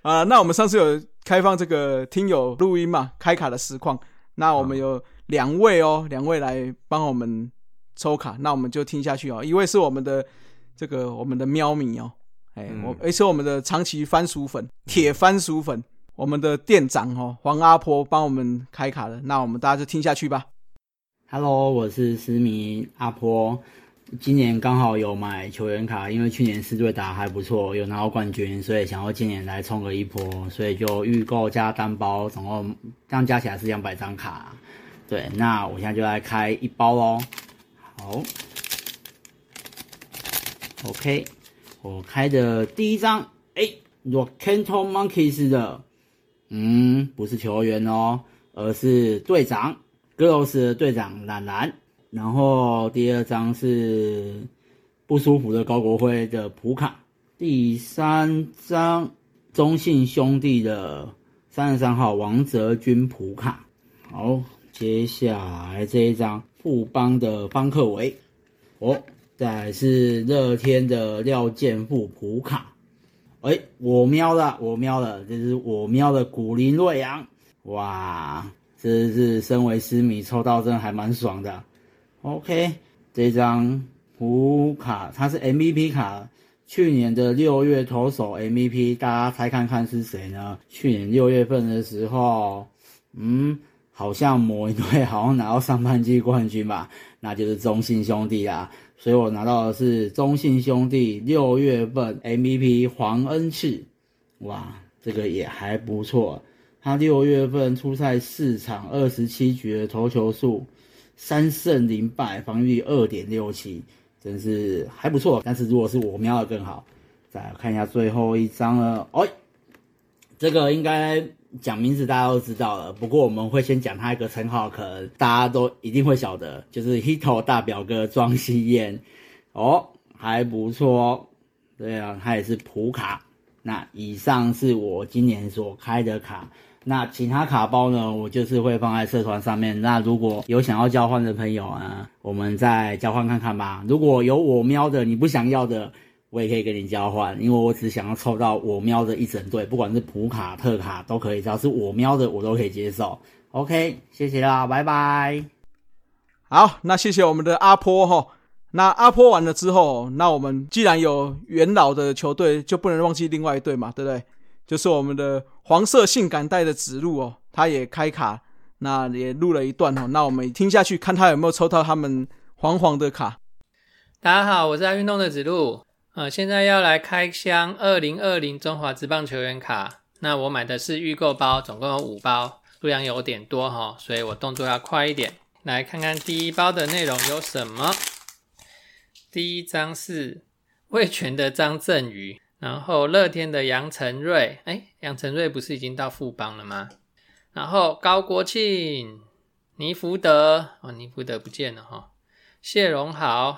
[SPEAKER 1] 啊，那我们上次有开放这个听友录音嘛，开卡的实况，那我们有两位哦，两位来帮我们抽卡，那我们就听下去哦。一位是我们的这个我们的喵米哦，哎、
[SPEAKER 3] 嗯
[SPEAKER 1] 我而且我们的长期番薯粉，铁番薯粉，我们的店长哦，黄阿婆帮我们开卡的，那我们大家就听下去吧。
[SPEAKER 6] Hello，我是思明阿坡。今年刚好有买球员卡，因为去年四队打还不错，有拿到冠军，所以想要今年来冲个一波，所以就预购加单包，总共这样加起来是两百张卡。对，那我现在就来开一包喽。好，OK，我开的第一张，哎、r o c k a n t o Monkeys 的，嗯，不是球员哦，而是队长，格罗斯的队长懒懒。然后第二张是不舒服的高国辉的普卡，第三张中信兄弟的三十三号王泽军普卡。好，接下来这一张富邦的方克维，哦，再来是乐天的廖健富普卡。哎，我瞄了，我瞄了，这是我瞄的古林洛阳，哇，这是身为狮迷抽到真的还蛮爽的。OK，这张普卡它是 MVP 卡，去年的六月投手 MVP，大家猜看看是谁呢？去年六月份的时候，嗯，好像某一队好像拿到上半季冠军吧， <laughs> 那就是中信兄弟啦。所以我拿到的是中信兄弟六月份 MVP 黄恩赐，哇，这个也还不错。他六月份出赛四场，二十七局的投球数，三胜零败，防御率二点六七，真是还不错。但是如果是我瞄的更好，再来看一下最后一张了。哦，这个应该讲名字大家都知道了，不过我们会先讲他一个称号，可能大家都一定会晓得，就是 Hito 大表哥庄熙燕。哦，还不错哦。对啊，他也是普卡。那以上是我今年所开的卡。那其他卡包呢，我就是会放在社团上面。那如果有想要交换的朋友啊，我们再交换看看吧。如果有我喵的你不想要的，我也可以跟你交换，因为我只想要抽到我喵的一整队，不管是普卡、特卡都可以，只要是我喵的我都可以接受。OK，谢谢啦，拜拜。
[SPEAKER 1] 好，那谢谢我们的阿坡哈。那阿坡完了之后，那我们既然有元老的球队，就不能忘记另外一队嘛，对不对？就是我们的黄色性感带的子路哦，他也开卡，那也录了一段哦。那我们听下去，看他有没有抽到他们黄黄的卡。
[SPEAKER 7] 大家好，我是爱运动的子路，呃，现在要来开箱二零二零中华职棒球员卡。那我买的是预购包，总共有五包，数量有点多哈，所以我动作要快一点。来看看第一包的内容有什么。第一张是味全的张振宇，然后乐天的杨承瑞，哎，杨承瑞不是已经到富邦了吗？然后高国庆、尼福德，哦，尼福德不见了哈、哦，谢荣豪、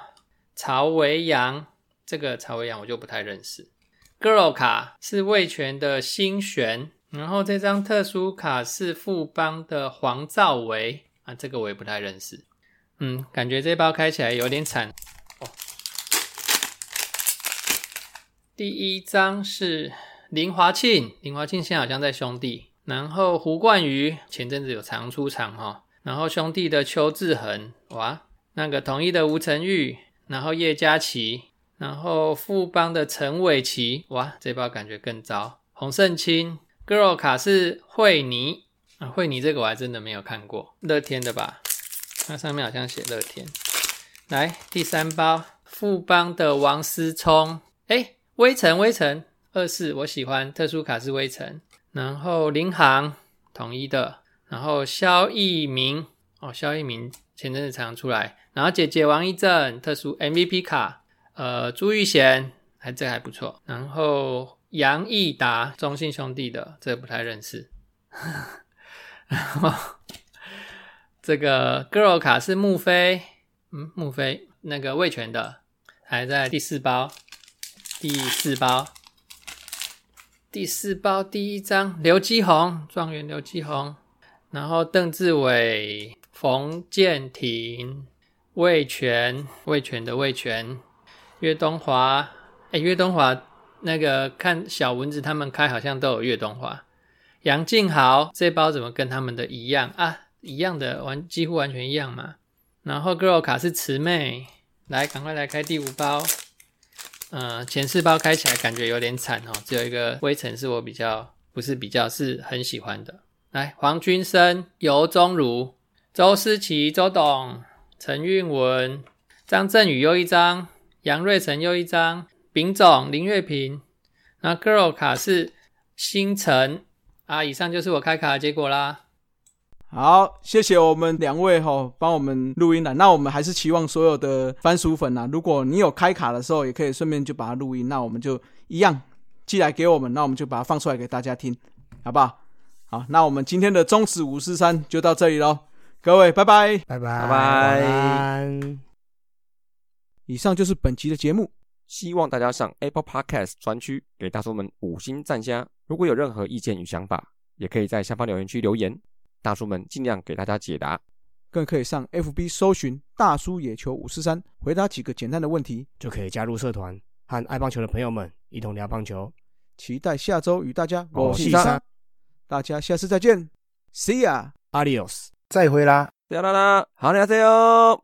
[SPEAKER 7] 曹维阳，这个曹维阳我就不太认识。Girl 卡是味全的新璇，然后这张特殊卡是富邦的黄兆维啊，这个我也不太认识。嗯，感觉这包开起来有点惨。哦第一张是林华庆，林华庆现在好像在兄弟，然后胡冠宇前阵子有常出场哈、哦，然后兄弟的邱志恒，哇，那个统一的吴成玉，然后叶嘉琪，然后富邦的陈伟奇，哇，这包感觉更糟。洪胜清，girl 卡是惠妮啊，惠妮这个我还真的没有看过，乐天的吧？它上面好像写乐天。来，第三包富邦的王思聪，哎。微尘，微尘二四，我喜欢特殊卡是微尘，然后林航统一的，然后肖一鸣哦，肖一鸣前阵子常出来，然后姐姐王一正特殊 MVP 卡，呃，朱玉贤还这还不错，然后杨义达中信兄弟的这个不太认识， <laughs> 然后这个 girl 卡是穆飞，嗯，穆飞那个魏权的还在第四包。第四包，第四包第一张刘基宏，状元刘基宏，然后邓志伟、冯建廷、魏全、魏全的魏全、岳东华，哎，岳东华那个看小蚊子他们开好像都有岳东华，杨静豪这包怎么跟他们的一样啊？一样的完几乎完全一样嘛。然后 girl 卡是慈妹，来赶快来开第五包。呃，前四包开起来感觉有点惨哦，只有一个微尘是我比较不是比较是很喜欢的。来，黄君生、尤宗儒、周思齐、周董、陈韵文、张振宇又一张，杨瑞成又一张，丙总、林月平，那 girl 卡是星辰啊。以上就是我开卡的结果啦。
[SPEAKER 1] 好，谢谢我们两位哈、帮我们录音了。那我们还是期望所有的番薯粉啊，如果你有开卡的时候，也可以顺便就把它录音，那我们就一样寄来给我们，那我们就把它放出来给大家听，好不好？好，那我们今天的中指五四三就到这里喽，各位拜拜。
[SPEAKER 2] 拜拜
[SPEAKER 8] 拜拜
[SPEAKER 2] 晚安。
[SPEAKER 1] 以上就是本集的节目。
[SPEAKER 8] 希望大家上 Apple Podcast 专区给大叔们五星赞加。如果有任何意见与想法，也可以在下方留言区留言，大叔们尽量给大家解答。
[SPEAKER 1] 更可以上 FB 搜寻“大叔野球五四三”，回答几个简单的问题。
[SPEAKER 2] 就可以加入社团，和爱棒球的朋友们一同聊棒球。
[SPEAKER 1] 期待下周与大家
[SPEAKER 8] 我
[SPEAKER 2] 是
[SPEAKER 1] 三
[SPEAKER 2] 三
[SPEAKER 1] 大家下次再见，See ya。
[SPEAKER 2] Adios。
[SPEAKER 9] 再会啦。
[SPEAKER 8] 啦啦啦，好，你好，加油！